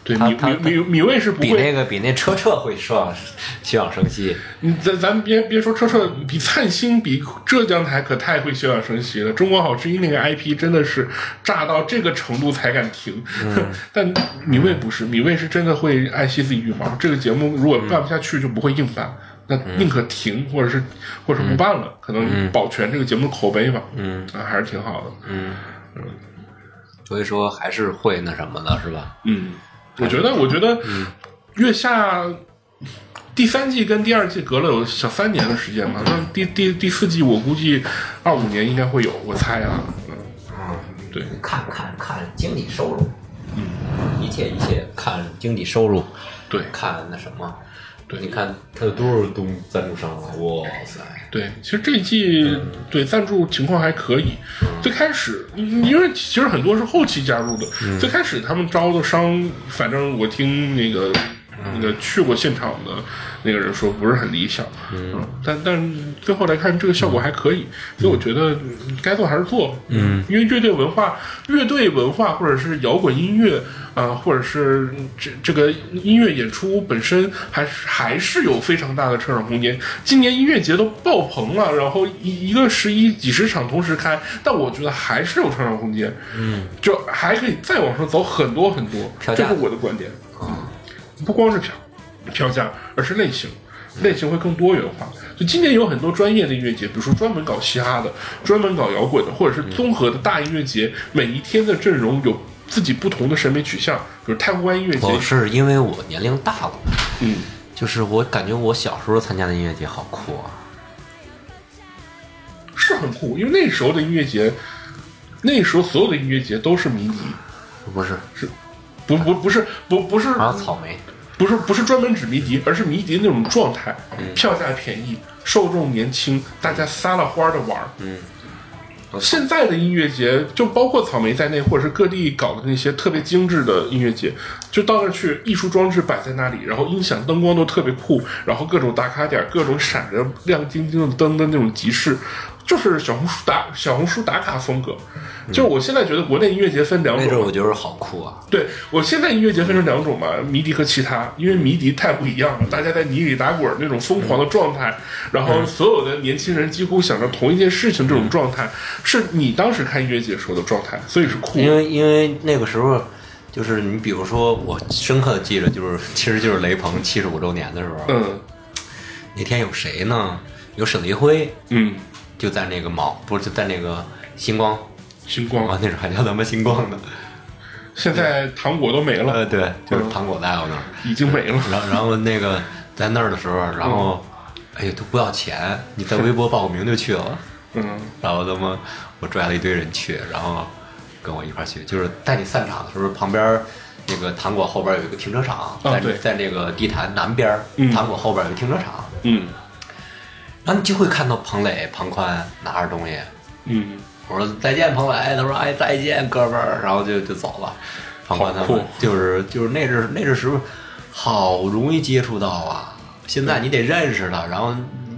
[SPEAKER 3] 对，
[SPEAKER 4] 他
[SPEAKER 3] 米
[SPEAKER 4] 他
[SPEAKER 3] 米米米未嗯是不
[SPEAKER 4] 比那
[SPEAKER 3] 会，
[SPEAKER 4] 个比那车澈会休养休养生息，
[SPEAKER 3] 你咱咱别别说车澈，比灿星、比浙江台可太会休养生息了。中国好声音那个 IP 真的是炸到这个程度才敢停，
[SPEAKER 4] 嗯
[SPEAKER 3] 但米未不是，米未是真的会爱惜自己羽毛。这个节目如果办不下去，就不会硬办。那
[SPEAKER 4] 嗯
[SPEAKER 3] 宁可停，或者是，或者是不办了，可能保全这个节目的口碑吧。嗯，啊，还是挺好的。
[SPEAKER 4] 所以说还是会那什么的，是吧？
[SPEAKER 3] 嗯，我觉得，我觉得月下第三季跟第二季隔了有小三年的时间吧。那第第第四季，我估计二五年应该会有，我猜啊。嗯，对，
[SPEAKER 4] 看看看经济收入，嗯，一切一切看经济收入，
[SPEAKER 3] 对
[SPEAKER 4] 看那什么，
[SPEAKER 3] 对
[SPEAKER 4] 你看他有多少东赞助商了，哇塞！
[SPEAKER 3] 对，其实这一季对赞助情况还可以。最开始，嗯因为其实很多是后期加入的，最开始他们招的商，反正我听那个。那个去过现场的那个人说不是很理想，嗯，但但最后来看这个效果还可以，所以我觉得嗯该做还是做，嗯，因为乐队文化、乐队文化或者是摇滚音乐啊、呃或者是这这个音乐演出本身还是还是有非常大的成长空间。今年音乐节都爆棚了，然后一一个十一几十场同时开，但我觉得还是有成长空间，嗯，就还可以再往上走很多很多，
[SPEAKER 4] 票
[SPEAKER 3] 这
[SPEAKER 4] 价
[SPEAKER 3] 是我的观点。不光是票票价，而是类型，类型会更多元化。就今年有很多专业的音乐节，比如说专门搞嘻哈的，专门搞摇滚的，或者是综合的大音乐节，每一天的阵容有自己不同的审美取向。比如太湖湾音乐节，
[SPEAKER 4] 我哦是因为我年龄大了，
[SPEAKER 3] 嗯，
[SPEAKER 4] 就是我感觉我小时候参加的音乐节好酷啊，
[SPEAKER 3] 是很酷，因为那时候的音乐节，那时候所有的音乐节都是迷笛，
[SPEAKER 4] 不是
[SPEAKER 3] 不不不是不不是
[SPEAKER 4] 还有草莓，
[SPEAKER 3] 不是不是专门指迷笛，而是迷笛那种状态，票价便宜，受众年轻，大家撒了欢儿的玩儿。嗯，现在的音乐节就包括草莓在内，或者是各地搞的那些特别精致的音乐节，就到那儿去，艺术装置摆在那里，然后音响灯光都特别酷，然后各种打卡点，各种闪着亮晶晶的灯的那种集市。就是小红书打小红书打卡风格。就我现在觉得国内音乐节分两
[SPEAKER 4] 那阵儿我
[SPEAKER 3] 种，
[SPEAKER 4] 觉得好酷啊，
[SPEAKER 3] 对我现在音乐节分成两种嘛，迷笛和其他，因为迷笛太不一样了，
[SPEAKER 4] 嗯
[SPEAKER 3] 大家在泥里打滚那种疯狂的状态，然后所有的年轻人几乎想着同一件事情，这种状态是你当时看音乐节时候的状态，所以是酷的。
[SPEAKER 4] 嗯因为因为那个时候，就是你比如说，我深刻的记着，就是其实就是雷鹏七十五周年的时候，
[SPEAKER 3] 嗯
[SPEAKER 4] 那天有谁呢？有沈黎辉，
[SPEAKER 3] 嗯，
[SPEAKER 4] 就在那个毛，不是就在那个星光
[SPEAKER 3] 星
[SPEAKER 4] 啊
[SPEAKER 3] 光，，
[SPEAKER 4] 那时候还叫他妈星光呢，
[SPEAKER 3] 现在糖果都没了，
[SPEAKER 4] 呃，对，就是糖果在我那儿，
[SPEAKER 3] 已经没 了。
[SPEAKER 4] 然后然后那个在那儿的时候，然后，哎呀，都不要钱，你在微博报个名就去了。
[SPEAKER 3] 嗯，
[SPEAKER 4] 然后他妈我拽了一堆人去，然后跟我一块儿去，就是带你散场的时候，旁边儿那个糖果后边有一个停车场，在、
[SPEAKER 3] 对
[SPEAKER 4] 在那个地坛南边儿，糖果后边有个停车场，
[SPEAKER 3] 嗯
[SPEAKER 4] 然后你就会看到彭磊、庞宽拿着东西，
[SPEAKER 3] 嗯，
[SPEAKER 4] 我说再见彭磊，他说哎再见哥们儿，然后就就走了。庞宽他
[SPEAKER 3] 好
[SPEAKER 4] 们
[SPEAKER 3] 酷
[SPEAKER 4] 就是就是那阵那阵时候好容易接触到啊，现在你得认识他，然后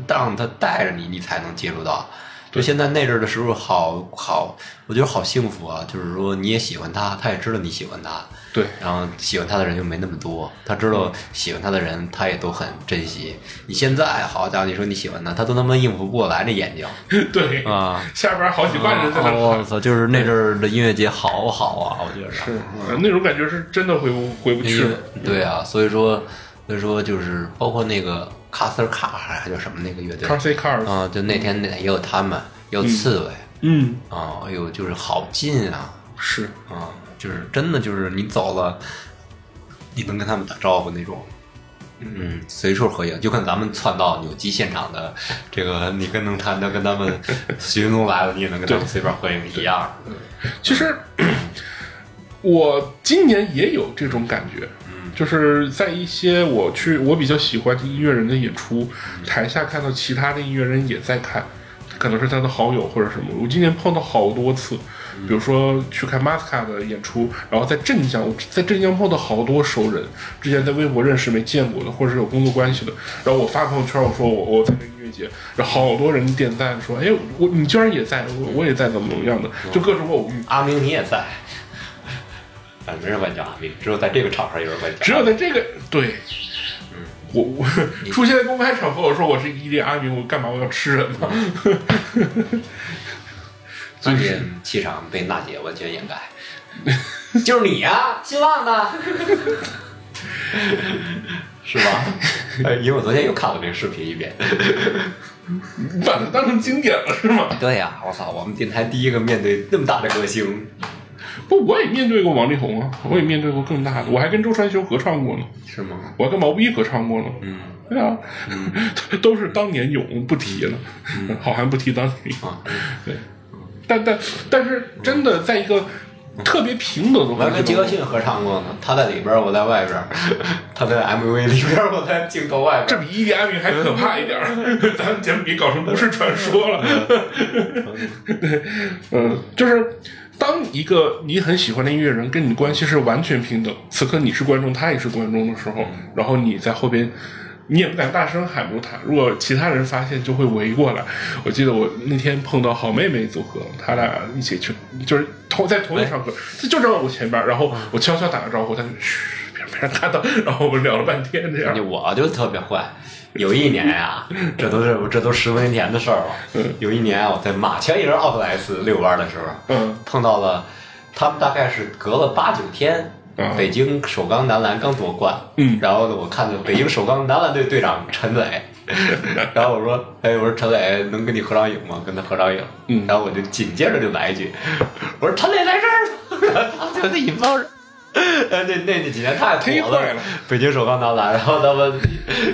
[SPEAKER 4] 让他带着你，你才能接触到。就现在那阵儿的时候好，好我觉得好幸福啊！就是说你也喜欢他，他也知道你喜欢他，
[SPEAKER 3] 对，
[SPEAKER 4] 然后喜欢他的人就没那么多，他知
[SPEAKER 3] 嗯
[SPEAKER 4] 道喜欢他的人，他也都很珍惜。你现在好家伙，你说你喜欢他，他都他妈应付不过来那眼睛
[SPEAKER 3] 对
[SPEAKER 4] 啊！
[SPEAKER 3] 下边好几万人在那
[SPEAKER 4] 啊
[SPEAKER 3] 看
[SPEAKER 4] 我，操！就是那阵儿的音乐节好好啊，我觉得是
[SPEAKER 3] 呃那种感觉是真的回不回不去了。
[SPEAKER 4] 对啊，所以说所以说就是包括那个卡斯卡还叫什么那个乐队
[SPEAKER 3] Car C Cars，
[SPEAKER 4] 啊，就那天那也有他们，也有刺猬
[SPEAKER 3] 嗯，
[SPEAKER 4] 啊，哎呦，就是好近啊
[SPEAKER 3] 是
[SPEAKER 4] 啊，就是真的就是你走了，你能跟他们打招呼那种。嗯，随处合影，就跟咱们窜到纽基现场的这个，你跟能谈的跟他们 徐云龙来了，你也能跟他们随便合影一样。
[SPEAKER 3] 其实我今年也有这种感觉，就是在一些我去我比较喜欢的音乐人的演出，台下看到其他的音乐人也在看，可能是他的好友或者什么。我今年碰到好多次，比如说去看 Masca 的演出，然后在镇江，我在镇江碰到好多熟人，之前在微博认识没见过的，或者是有工作关系的，然后我发朋友圈，我说我我在那个音乐节，然后好多人点赞说，哎，我你居然也在，我我也在，怎么怎么样的，就各种偶遇。
[SPEAKER 4] 阿明你也在，哎，没人管你叫阿明，只有在这个场合有人管你叫。
[SPEAKER 3] 只有在这个嗯对，我我出现在公开场合，我说我是伊利阿明，我干嘛我要吃人呢？
[SPEAKER 4] 当天气场被娜姐完全掩盖，就是你啊呀、新浪 的，是吧？哎，因为我昨天又看了这个视频一遍。
[SPEAKER 3] 你 把它当成经典了是吗？
[SPEAKER 4] 对呀、我操，我们电台第一个面对那么大的歌星，
[SPEAKER 3] 不，我也面对过王力宏啊，我也面对过更大的，我还跟周传雄合唱过呢，
[SPEAKER 4] 是吗？
[SPEAKER 3] 我还跟毛不易合唱过呢。嗯，对啊， 都是当年勇，不提了， 好汉不提当年勇。
[SPEAKER 4] 啊，
[SPEAKER 3] 嗯对，但但但是真的在一个特别平等的
[SPEAKER 4] 我还
[SPEAKER 3] 环
[SPEAKER 4] 跟杰
[SPEAKER 3] 境
[SPEAKER 4] 克
[SPEAKER 3] 中，
[SPEAKER 4] 逊合唱过呢，他在里边，我在外边；他在 MV 里边，我在镜头外边。
[SPEAKER 3] 这比伊利阿明还可怕一点儿，咱们节目别搞成都市传说了。 嗯，就是当一个你很喜欢的音乐人跟你关系是完全平等，此刻你是观众，他也是观众的时候，然后你在后边。你也不敢大声喊住他，如果其他人发现就会围过来。我记得我那天碰到好妹妹组合，他俩一起去，就是同在同一场合，就就站我前边，然后我悄悄打个招呼，他就嘘，别别让看到，然后我们聊了半天这样。
[SPEAKER 4] 我就特别坏。有一年呀、这都是这都十多年前的事儿
[SPEAKER 3] 嗯
[SPEAKER 4] 了。有一年啊我在马前营奥特莱斯遛弯儿的时候，
[SPEAKER 3] 嗯
[SPEAKER 4] 碰到了他们，大概是隔了八九天
[SPEAKER 3] 嗯，
[SPEAKER 4] 北京首钢男篮刚夺冠。
[SPEAKER 3] 嗯
[SPEAKER 4] 然后呢，我看到北京首钢男篮队队长陈 磊，然后我说：“哎，我说陈磊能跟你合张影吗？”跟他合张影。
[SPEAKER 3] 嗯
[SPEAKER 4] 然后我就紧接着就来一句：“我说陈磊来这儿了。”然后他就一帮人。 哎，那那那几年太
[SPEAKER 3] 忒
[SPEAKER 4] 火
[SPEAKER 3] 坏了
[SPEAKER 4] 北京首钢男篮，然后他们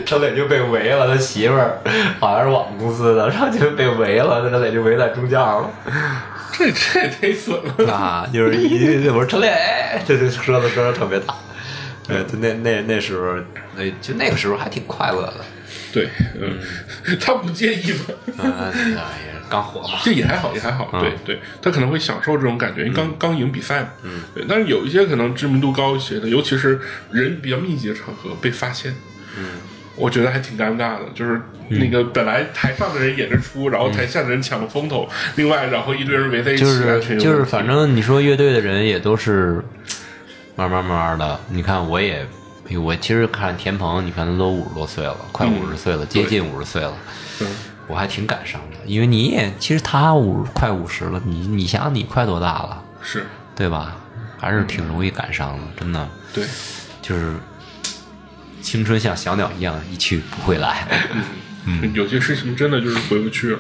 [SPEAKER 4] 陈磊就被围了，他媳妇儿好像是我们公司的，然后就被围了，陈磊就围在中间了。
[SPEAKER 3] 这这也忒损了。
[SPEAKER 4] 啊，就是一我说陈磊，这这说的声特别大。对，就那那那时候，那就那个时候还挺快乐的。
[SPEAKER 3] 对，嗯， 他不介意 吧？
[SPEAKER 4] 啊，哎呀，刚火嘛。
[SPEAKER 3] 这也还好，也还好。
[SPEAKER 4] 嗯
[SPEAKER 3] 对对，他可能会享受这种感觉，因为刚刚赢比赛嘛。嗯，对。但是有一些可能知名度高一些的，尤其是人比较密集的场合被发现，嗯，嗯我觉得还挺尴尬的，就是那个本来台上的人演着出，然后台下的人抢了风头，另外然后一堆人围在一起，啊
[SPEAKER 4] 就是
[SPEAKER 3] 完全有
[SPEAKER 4] 就是，
[SPEAKER 3] 问题
[SPEAKER 4] 反正你说乐队的人也都是慢慢慢慢的。你看我也，哎呦我其实看田鹏，你看他都五十多岁了，快
[SPEAKER 3] 嗯
[SPEAKER 4] 五十岁了，接近五十岁了，我还挺感伤的，因为你也其实他五快五十了，你你想想你快多大了，
[SPEAKER 3] 是
[SPEAKER 4] 对吧？还
[SPEAKER 3] 嗯
[SPEAKER 4] 是挺容易感伤的，真的
[SPEAKER 3] 对，
[SPEAKER 4] 就是青春像小鸟一样一去不回来。
[SPEAKER 3] 有些事情真的就是回不去了。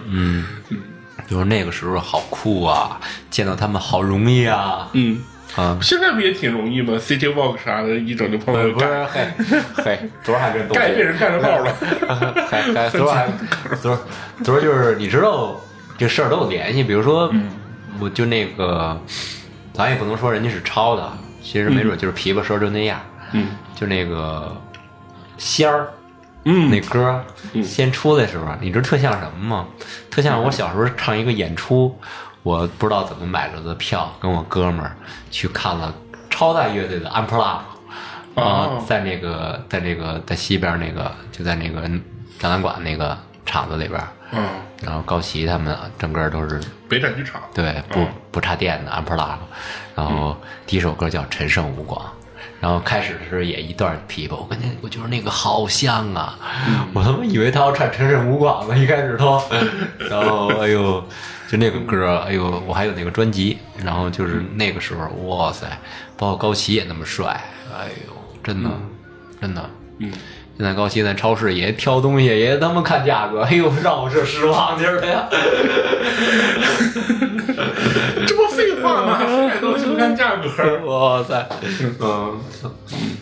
[SPEAKER 4] 就是那个时候好酷啊，见到他们好容易啊，
[SPEAKER 3] 嗯，
[SPEAKER 4] 啊，
[SPEAKER 3] 现在不也挺容易吗？City Walk 啥的，一整就碰到
[SPEAKER 4] 不
[SPEAKER 3] 盖
[SPEAKER 4] 是， 嘿，嘿，昨儿还跟东
[SPEAKER 3] 盖 被人盖着帽了。
[SPEAKER 4] 还还昨儿还 昨儿昨儿就是你知道这事儿都有联系，比如说，
[SPEAKER 3] 嗯
[SPEAKER 4] 我就那个，咱也不能说人家是抄的，啊其实没准就是琵琶说就那样，
[SPEAKER 3] 嗯
[SPEAKER 4] 就那个仙儿。
[SPEAKER 3] 嗯嗯
[SPEAKER 4] 那歌儿先出的时候，啊你知道特像什么吗？特像我小时候唱一个演出，我不知道怎么买着的票，跟我哥们儿去看了超大乐队的《安普拉》啊
[SPEAKER 3] 哦，
[SPEAKER 4] 在那个在那个在西边那个就在那个展览馆那个场子里边儿，
[SPEAKER 3] 啊，
[SPEAKER 4] 然后高旗他们整个都是
[SPEAKER 3] 北展剧场，
[SPEAKER 4] 对，不
[SPEAKER 3] 嗯
[SPEAKER 4] 不插电的 a m p r a 然后第一首歌叫《陈胜吴广》，然后开始的时候也一段琵琶，我跟你，我觉得那个好像啊，
[SPEAKER 3] 嗯
[SPEAKER 4] 我他妈以为他要唱《陈胜吴广》呢，一开始 都，然后哎呦，就那个歌，哎呦，我还有那个专辑，然后就是那个时候，哇塞，包括高旗也那么帅，哎呦，真的，真的，
[SPEAKER 3] 嗯，
[SPEAKER 4] 现在高希在超市也挑东西，也他妈看价格，哎呦，让我这失望劲儿的呀！
[SPEAKER 3] 这不废话 吗？盖都是看价格，
[SPEAKER 4] 哇塞，嗯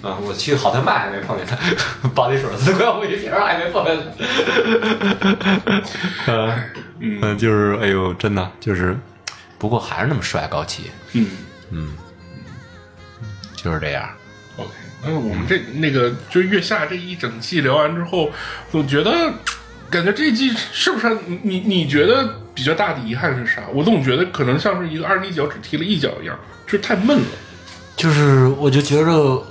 [SPEAKER 4] 嗯，我去好特卖还没碰见他，保利水四块五一瓶儿还没碰见 他。嗯嗯，就是哎呦，真的就是，不过还是那么帅，高旗
[SPEAKER 3] 嗯。
[SPEAKER 4] 就是这样。
[SPEAKER 3] OK，嗯，我们这那个就月下这一整季聊完之后，总觉得感觉这一季是不是你你你觉得比较大的遗憾是啥？我总觉得可能像是一个二十一脚只踢了一脚一样，就是太闷了。
[SPEAKER 4] 就是我就觉着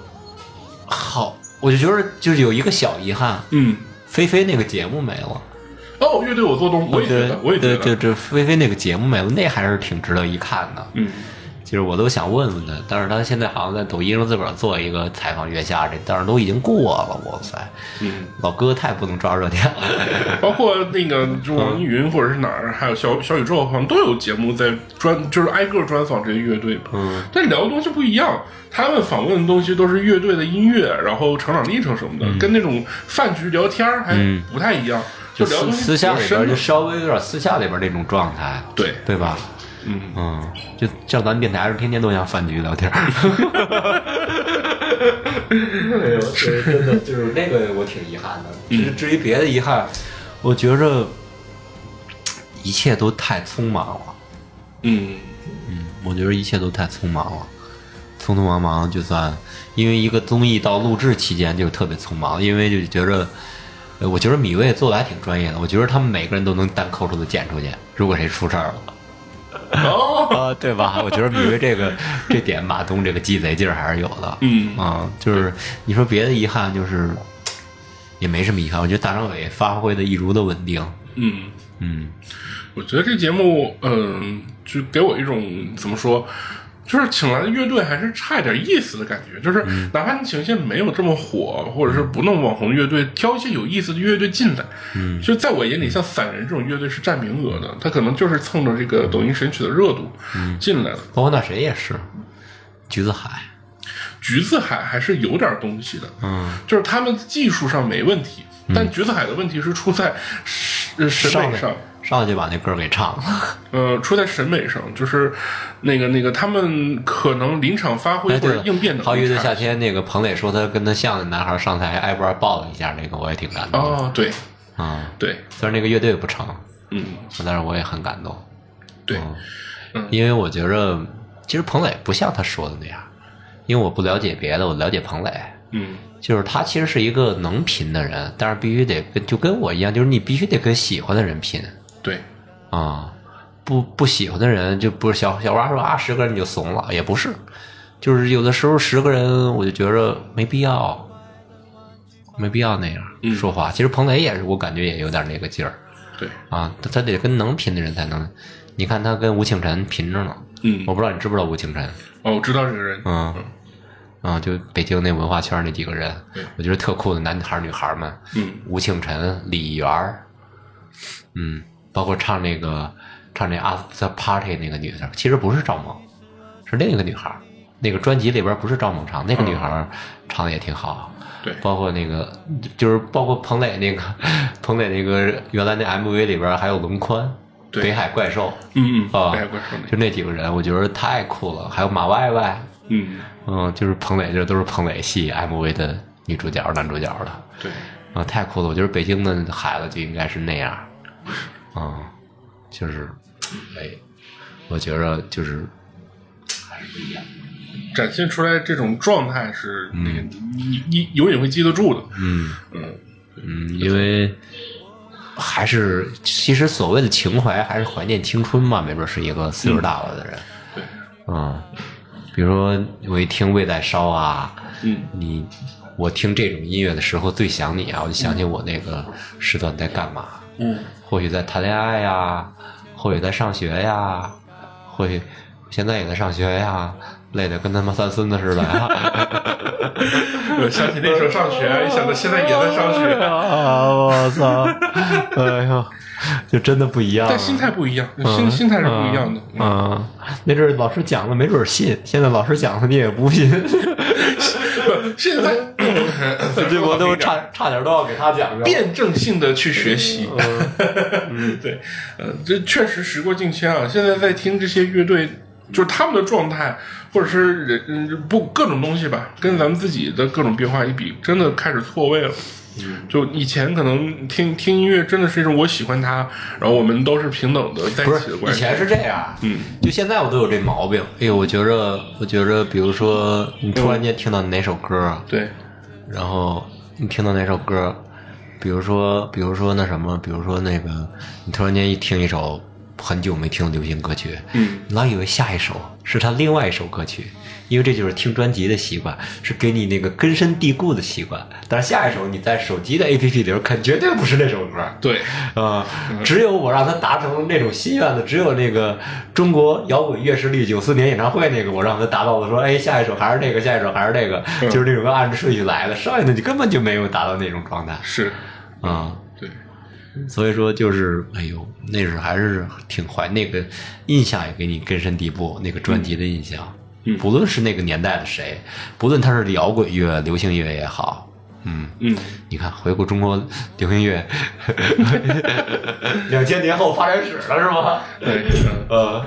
[SPEAKER 4] 好，我就觉得就是有一个小遗憾，
[SPEAKER 3] 嗯，
[SPEAKER 4] 菲菲那个节目没了。
[SPEAKER 3] 哦，乐队我做东，我也觉
[SPEAKER 4] 对
[SPEAKER 3] 得，我也觉
[SPEAKER 4] 对对，
[SPEAKER 3] 得，
[SPEAKER 4] 这菲菲那个节目没了，那还是挺值得一看的。
[SPEAKER 3] 嗯，
[SPEAKER 4] 就是我都想问问他，但是他现在好像在抖音上自个儿做一个采访月下这，但是都已经过了，哇塞，
[SPEAKER 3] 嗯，
[SPEAKER 4] 老哥太不能抓热点了。
[SPEAKER 3] 包括那个就
[SPEAKER 4] 嗯
[SPEAKER 3] 网易云或者是哪儿，还有小小宇宙，好像都有节目在专就是挨个专访这些乐队嘛。
[SPEAKER 4] 嗯，
[SPEAKER 3] 但聊的东西不一样，他们访问的东西都是乐队的音乐，然后成长历程什么
[SPEAKER 4] 嗯
[SPEAKER 3] 的，跟那种饭局聊天儿还不太一样， 就
[SPEAKER 4] 就
[SPEAKER 3] 聊
[SPEAKER 4] 私
[SPEAKER 3] 东西
[SPEAKER 4] 私下
[SPEAKER 3] 比
[SPEAKER 4] 里
[SPEAKER 3] 较
[SPEAKER 4] 边
[SPEAKER 3] 深
[SPEAKER 4] 就
[SPEAKER 3] 的。
[SPEAKER 4] 稍微有点私下里边那种状态，
[SPEAKER 3] 对
[SPEAKER 4] 对吧？嗯嗯，就像咱电台是天天都像饭局聊天。哎呦，是真的，就是那个我挺遗憾的。
[SPEAKER 3] 嗯
[SPEAKER 4] 至至于别的遗憾，我觉着一切都太匆忙了。
[SPEAKER 3] 嗯，
[SPEAKER 4] 我觉得一切都太匆忙了，匆匆忙忙就算，因为一个综艺到录制期间就特别匆忙，因为就觉着，呃我觉得米未做的还挺专业的，我觉得他们每个人都能单抠出的剪出去，如果谁出事儿了。
[SPEAKER 3] 哦，
[SPEAKER 4] 啊， 对吧？我觉得米未 这个这点，马东这个鸡贼劲儿还是有的。
[SPEAKER 3] 嗯
[SPEAKER 4] 啊，就是你说别的遗憾，就是也没什么遗憾。我觉得大张伟发挥的一如的稳定。
[SPEAKER 3] 嗯，
[SPEAKER 4] 嗯
[SPEAKER 3] 我觉得这节目，嗯、就给我一种怎么说，就是请来的乐队还是差一点意思的感觉。就是哪怕你请一些没有这么火，或者是不弄网红乐队，挑一些有意思的乐队进来，嗯，就在我眼里，像散人这种乐队是占名额的，他可能就是蹭着这个抖音神曲的热度进来了。
[SPEAKER 4] 包括那谁也是，
[SPEAKER 3] 嗯
[SPEAKER 4] 橘子海。
[SPEAKER 3] 橘子海还是有点东西的，
[SPEAKER 4] 嗯，
[SPEAKER 3] 就是他们技术上没问题，但橘子海的问题是出在呃审
[SPEAKER 4] 上
[SPEAKER 3] 美
[SPEAKER 4] 来
[SPEAKER 3] 嗯上。
[SPEAKER 4] 上去把那歌儿给 唱了。
[SPEAKER 3] 呃，出在审美上，就是那个那个，他们可能临场发挥
[SPEAKER 4] 哎，
[SPEAKER 3] 或
[SPEAKER 4] 对
[SPEAKER 3] 者
[SPEAKER 4] 了，
[SPEAKER 3] 应变能
[SPEAKER 4] 好
[SPEAKER 3] 力
[SPEAKER 4] 乐队
[SPEAKER 3] 差
[SPEAKER 4] 夏。天那个彭磊说他跟他像的男孩上台挨巴抱了一下，那个我也挺感动的。
[SPEAKER 3] 哦，对
[SPEAKER 4] 啊、
[SPEAKER 3] 对，
[SPEAKER 4] 虽然那个乐队不成，
[SPEAKER 3] 嗯
[SPEAKER 4] 但是我也很感动。嗯
[SPEAKER 3] 对，嗯
[SPEAKER 4] 因为我觉着其实彭磊不像他说的那样，因为我不了解别的，我了解彭磊，
[SPEAKER 3] 嗯
[SPEAKER 4] 就是他其实是一个能拼的人，但是必须得跟就跟我一样，就是你必须得跟喜欢的人拼
[SPEAKER 3] 对，
[SPEAKER 4] 啊、不不喜欢的人就不是小小娃说啊十个人你就怂了，也不是，就是有的时候十个人我就觉着没必要，没必要那样
[SPEAKER 3] 嗯
[SPEAKER 4] 说话。其实彭磊也是，我感觉也有点那个劲儿
[SPEAKER 3] 对，
[SPEAKER 4] 啊，他他得跟能拼的人才能。你看他跟吴庆辰拼着呢，
[SPEAKER 3] 嗯
[SPEAKER 4] 我，不知道你知不知道吴庆辰，
[SPEAKER 3] 哦，我知道这个人，
[SPEAKER 4] 嗯，啊，就北京那文化圈那几个人
[SPEAKER 3] 对，
[SPEAKER 4] 我觉得特酷的男孩儿女孩儿们，
[SPEAKER 3] 嗯，
[SPEAKER 4] 吴庆辰、李媛儿，嗯，包括唱那个唱那 After Party 那个女的，其实不是赵萌，是另一个女孩儿。那个专辑里边儿不是赵萌唱，那个女孩儿唱的也挺好。
[SPEAKER 3] 嗯对
[SPEAKER 4] 包括那个就是包括彭磊那个彭磊那个原来那 MV 里边儿还有龙宽，
[SPEAKER 3] 对
[SPEAKER 4] 北海怪兽，
[SPEAKER 3] 嗯
[SPEAKER 4] 啊
[SPEAKER 3] 嗯，北海怪兽那
[SPEAKER 4] 就
[SPEAKER 3] 个，
[SPEAKER 4] 那几个人，我觉得太酷了。还有马外外，
[SPEAKER 3] 嗯，
[SPEAKER 4] 嗯，就是彭磊，这都是彭磊系 MV 的女主角、男主角了。
[SPEAKER 3] 对，
[SPEAKER 4] 啊，太酷了！我觉得北京的孩子就应该是那样，啊、就是，哎，我觉着就是
[SPEAKER 3] 展现出来这种状态是那个你你你永远会记得住的，嗯嗯，
[SPEAKER 4] 嗯，因为还是其实所谓的情怀，还是怀念青春嘛，没准是一个岁数大了的人，
[SPEAKER 3] 对，
[SPEAKER 4] 嗯，比如说我一听《胃在烧》啊，
[SPEAKER 3] 嗯，
[SPEAKER 4] 你我听这种音乐的时候最想你啊，我就想起我那个时段在干嘛，
[SPEAKER 3] 嗯，
[SPEAKER 4] 或许在谈恋爱呀，或许在上学呀，或许现在也在上学呀，累得跟他妈三孙子似 的呀。
[SPEAKER 3] 我呃想起那时候上学，一想到现在也在上学，
[SPEAKER 4] 啊！我 操！哎呦，就真的不一样了
[SPEAKER 3] 但心态不一样，心心态是不一样的，嗯
[SPEAKER 4] 嗯，那阵儿老师讲的没准儿信，现在老师讲的你也不信，
[SPEAKER 3] 不现在
[SPEAKER 4] 这我都差差点都要给他讲着。
[SPEAKER 3] 辩证性的去学习。
[SPEAKER 4] 嗯
[SPEAKER 3] 对，呃，这确实时过境迁啊。现在在听这些乐队，就是他们的状态，或者是人嗯不各种东西吧，跟咱们自己的各种变化一比，真的开始错位了。
[SPEAKER 4] 嗯
[SPEAKER 3] 就以前可能听听音乐真的是一种我喜欢它，然后我们都是平等的在一
[SPEAKER 4] 不
[SPEAKER 3] 起
[SPEAKER 4] 是
[SPEAKER 3] 的，
[SPEAKER 4] 以
[SPEAKER 3] 关系。
[SPEAKER 4] 前是这样，啊
[SPEAKER 3] 嗯，
[SPEAKER 4] 就现在我都有这毛病。哎呦，我觉着，我觉着，比如说你突然间听到哪首歌，啊
[SPEAKER 3] 对，
[SPEAKER 4] 然后你听到哪首歌，比如说，比如说那什么，比如说那个，你突然间一听一首很久没听的流行歌曲，
[SPEAKER 3] 嗯，
[SPEAKER 4] 你老以为下一首是他另外一首歌曲，因为这就是听专辑的习惯，是给你那个根深蒂固的习惯。但是下一首你在手机的 APP 里边看，绝对不是那首歌。
[SPEAKER 3] 对，
[SPEAKER 4] 啊、只有我让他达成那种心愿的，只有那个中国摇滚乐势力九四年演唱会那个，我让他达到了，说哎，下一首还是这个，下一首还是这个，
[SPEAKER 3] 嗯
[SPEAKER 4] 就是那种按着顺序来的，剩下的你根本就没有达到那种状态
[SPEAKER 3] 是，
[SPEAKER 4] 啊、
[SPEAKER 3] 对，
[SPEAKER 4] 所以说就是哎呦，那时候还是挺怀那个印象，也给你根深蒂固那个专辑的印象，
[SPEAKER 3] 嗯
[SPEAKER 4] 不论是那个年代的谁，不论他是摇滚乐、流行乐也好，嗯。
[SPEAKER 3] 嗯，
[SPEAKER 4] 你看，回顾中国流 行乐，两千年后发展史了是吗？
[SPEAKER 3] 对，嗯
[SPEAKER 4] 呃，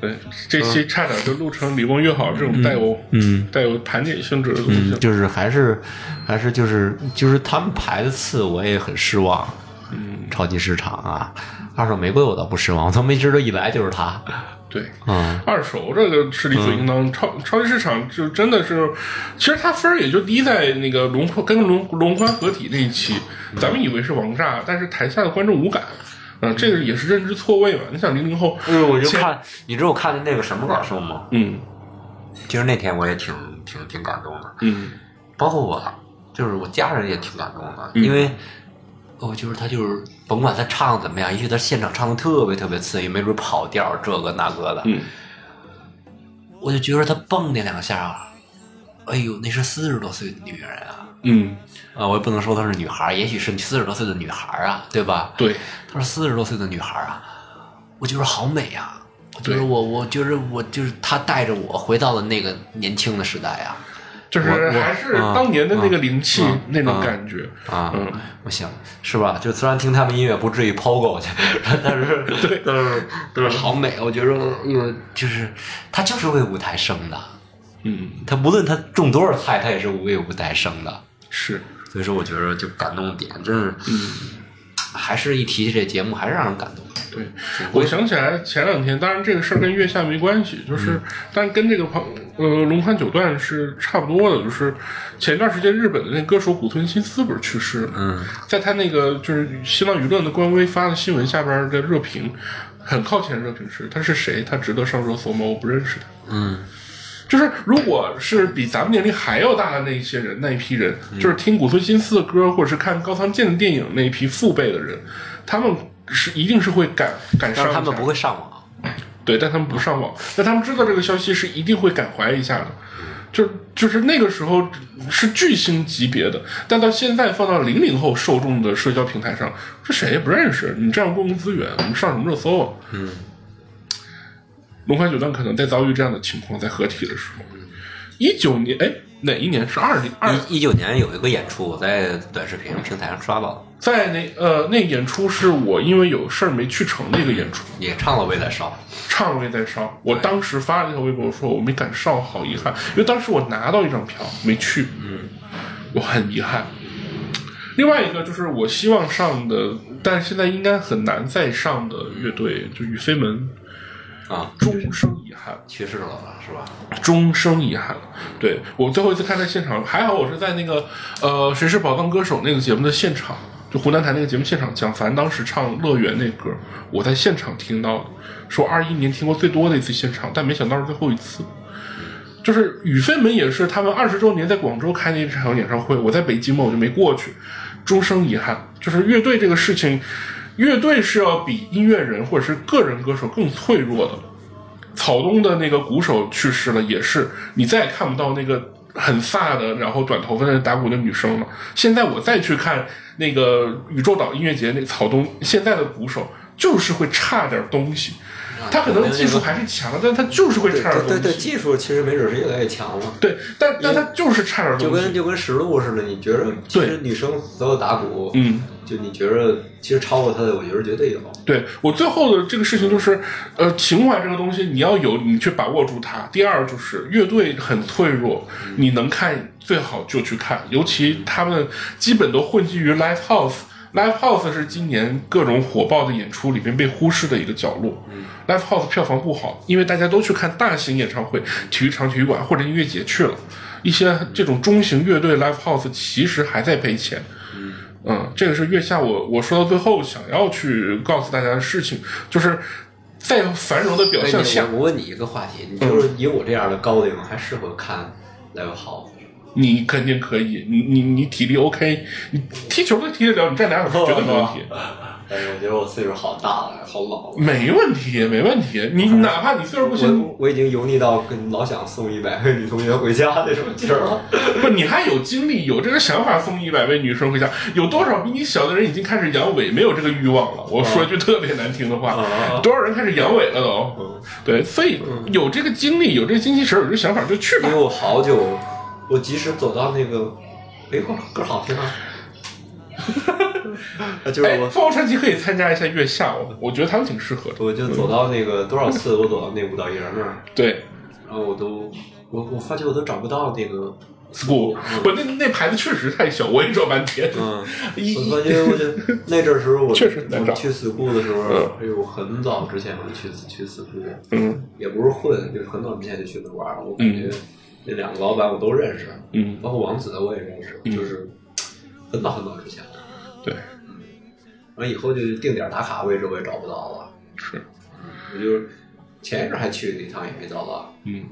[SPEAKER 3] 对，这期差点就录成理工越好这种带有
[SPEAKER 4] 嗯
[SPEAKER 3] 带有盘点性质的东西
[SPEAKER 4] 嗯，
[SPEAKER 3] 了。
[SPEAKER 4] 就是还是还是就是就是他们排的次我也很失望，
[SPEAKER 3] 嗯，
[SPEAKER 4] 超级市场啊，二手玫瑰我倒不失望，我他妈一直都一来就是他，
[SPEAKER 3] 对，
[SPEAKER 4] 嗯
[SPEAKER 3] 二手这个是理所应当，超超级市场就真的是，其实它分儿也就低在那个龙宽跟龙龙宽合体那一期，咱们以为是王炸，但是台下的观众无感，嗯、这个也是认知错位嘛。你想零零后，
[SPEAKER 4] 就是哎我就
[SPEAKER 3] 前
[SPEAKER 4] 看，你知道我看的那个什么感受吗？
[SPEAKER 3] 嗯
[SPEAKER 4] 其实那天我也挺挺挺感动的，
[SPEAKER 3] 嗯
[SPEAKER 4] 包括我，就是我家人也挺感动的，
[SPEAKER 3] 嗯
[SPEAKER 4] 因为我就是他就是甭管他唱的怎么样，也许他现场唱的特别特别刺激，没准跑调儿这个那个的，
[SPEAKER 3] 嗯，
[SPEAKER 4] 我就觉得他蹦那两下儿，哎呦，那是四十多岁的女人啊！
[SPEAKER 3] 嗯，
[SPEAKER 4] 啊，我也不能说她是女孩儿，也许是四十多岁的女孩儿啊，对吧？
[SPEAKER 3] 对，
[SPEAKER 4] 她是四十多岁的女孩儿啊，我觉得好美啊！我觉得
[SPEAKER 3] 对
[SPEAKER 4] 我，我觉得我就是她带着我回到了那个年轻的时代啊。
[SPEAKER 3] 就是还是当年的那个灵气那种感觉，
[SPEAKER 4] 啊，
[SPEAKER 3] 嗯
[SPEAKER 4] 我想是吧？就虽然听他们音乐不至于抛狗去， 但是对，但是但是好美，我觉得，呃，就是他就是为舞台生的，
[SPEAKER 3] 嗯，
[SPEAKER 4] 他无论他种多少菜，他也是为舞台生的。
[SPEAKER 3] 是，
[SPEAKER 4] 所以说，我觉得就感动点，真是，还是一提起这节目，还是让人感动。
[SPEAKER 3] 对，我想起来前两天，当然这个事儿跟月下没关系，就是，但跟这个朋呃龙宽九段是差不多的，就是前段时间日本的那歌手古村新司不是去世了，嗯，在他那个就是新浪舆论的官微发的新闻下边的热评，很靠前的热评是他是谁，他值得上热搜吗？我不认识他，
[SPEAKER 4] 嗯
[SPEAKER 3] 就是如果是比咱们年龄还要大的那一些人，那一批人，
[SPEAKER 4] 嗯
[SPEAKER 3] 就是听古村新司的歌，或者是看高仓健的电影那一批父辈的人，他们是一定是会赶赶
[SPEAKER 4] 但
[SPEAKER 3] 上
[SPEAKER 4] 是
[SPEAKER 3] 一
[SPEAKER 4] 他们
[SPEAKER 3] 下
[SPEAKER 4] 不会上网，
[SPEAKER 3] 对，但他们不上网，但他们知道这个消息是一定会感怀一下的，就就是那个时候是巨星级别的，但到现在放到零零后受众的社交平台上，这谁也不认识，你占用公共资源，我们上什么热搜啊？嗯，龙宽九段可能在遭遇这样的情况，在合体的时候，一九年哎哪一年是二零二
[SPEAKER 4] 一一九年有一个演出，我在短视频平台上刷到，
[SPEAKER 3] 在那呃那演出是我因为有事儿没去成的一个演出，
[SPEAKER 4] 也唱了《未来少
[SPEAKER 3] 唱位在烧，我当时发了一条微博说我没赶上，好遗憾，因为当时我拿到一张票没去，嗯，我很遗憾。另外一个就是我希望上的，但现在应该很难再上的乐队，就雨飞门，
[SPEAKER 4] 啊，
[SPEAKER 3] 终生遗憾。
[SPEAKER 4] 去世了是吧？
[SPEAKER 3] 终生遗憾。对我最后一次看在现场，还好我是在那个呃《谁是宝藏歌手》那个节目的现场，就湖南台那个节目现场，蒋凡当时唱《乐园》那歌，我在现场听到的，是我二一年听过最多的一次现场，但没想到是最后一次。就是雨飞门也是他们二十周年在广州开那一场演唱会，我在北京嘛，我就没过去，终生遗憾。就是乐队这个事情，乐队是要比音乐人或者是个人歌手更脆弱的。草东的那个鼓手去世了，也是你再也看不到那个很飒的，然后短头发的打鼓的女生了。现在我再去看那个宇宙岛音乐节，那个草东现在的鼓手就是会差点东西，
[SPEAKER 4] 啊
[SPEAKER 3] 他可能技术还是强，但他就是会
[SPEAKER 4] 对
[SPEAKER 3] 差点东
[SPEAKER 4] 对
[SPEAKER 3] 西。
[SPEAKER 4] 对对，技术其实没准是越来越强了。
[SPEAKER 3] 对，但但他就是差点
[SPEAKER 4] 就
[SPEAKER 3] 东
[SPEAKER 4] 跟
[SPEAKER 3] 西。
[SPEAKER 4] 就跟实录似的，你觉着其实女生所有打鼓，
[SPEAKER 3] 嗯，
[SPEAKER 4] 就你觉着其实超过她的，我觉得绝对有。
[SPEAKER 3] 对我最后的这个事情就是，呃，情怀这个东西你要有，你去把握住它。第二就是乐队很脆弱，你能看最好就去看，尤其他们基本都混迹于 live house。Live House 是今年各种火爆的演出里面被忽视的一个角落。Live House 票房不好，因为大家都去看大型演唱会、体育场、体育馆或者音乐节去了。一些这种中型乐队 Live House 其实还在赔钱。嗯，这个是月下我我说到最后想要去告诉大家的事情，就是在繁荣的表
[SPEAKER 4] 哎，
[SPEAKER 3] 象下，
[SPEAKER 4] 我我问你一个话题，你就是以我这样的高龄，还适合看 live house？
[SPEAKER 3] 你肯定可以，你你你体力 OK，你踢球都踢得了，你站俩小时绝对没 问题，
[SPEAKER 4] 但哎是我觉得我岁数好大了，好老了。
[SPEAKER 3] 没问题，没问题。你哪怕你岁数不行，
[SPEAKER 4] 我我已经油腻到跟老想送一百个女同学回家那种劲儿 了。
[SPEAKER 3] 不，你还有精力，有这个想法送一百位女生回家，有多少比你小的人已经开始阳痿，没有这个欲望了？我说
[SPEAKER 4] 嗯
[SPEAKER 3] 一句特别难听的话，
[SPEAKER 4] 啊
[SPEAKER 3] 多少人开始阳痿了
[SPEAKER 4] 嗯
[SPEAKER 3] 都？对，所以有这个精力，有这个精气神，有这个想法就去吧
[SPEAKER 4] 因为。我好久，我及时走到那个，哎，我歌好听 啊！就是
[SPEAKER 3] 哎，
[SPEAKER 4] 我，
[SPEAKER 3] 凤凰传奇可以参加一下月下哦，我觉得他们挺适合的。
[SPEAKER 4] 我就走到那个多少次，我走到那舞蹈营那儿，
[SPEAKER 3] 对
[SPEAKER 4] 然后我都，我我发觉我都找不到那个，
[SPEAKER 3] ，school 不，那那牌子确实太小，我也找半天。
[SPEAKER 4] 嗯，
[SPEAKER 3] 一
[SPEAKER 4] 我发觉我就那阵儿时候 我
[SPEAKER 3] 确实难找
[SPEAKER 4] 我去 school 的时候
[SPEAKER 3] 嗯，
[SPEAKER 4] 哎呦，我很早之前我就去去 school，
[SPEAKER 3] 嗯
[SPEAKER 4] 也不是混，就是很早之前就去那玩儿，我感觉
[SPEAKER 3] 嗯
[SPEAKER 4] 那两个老板我都认识，
[SPEAKER 3] 嗯，
[SPEAKER 4] 包括王子我也认识，就是很早很早之前了。
[SPEAKER 3] 对，
[SPEAKER 4] 完以后就定点打卡位置我也找不到了，
[SPEAKER 3] 是。
[SPEAKER 4] 我就是前一阵还去了一趟也没找到。
[SPEAKER 3] 嗯，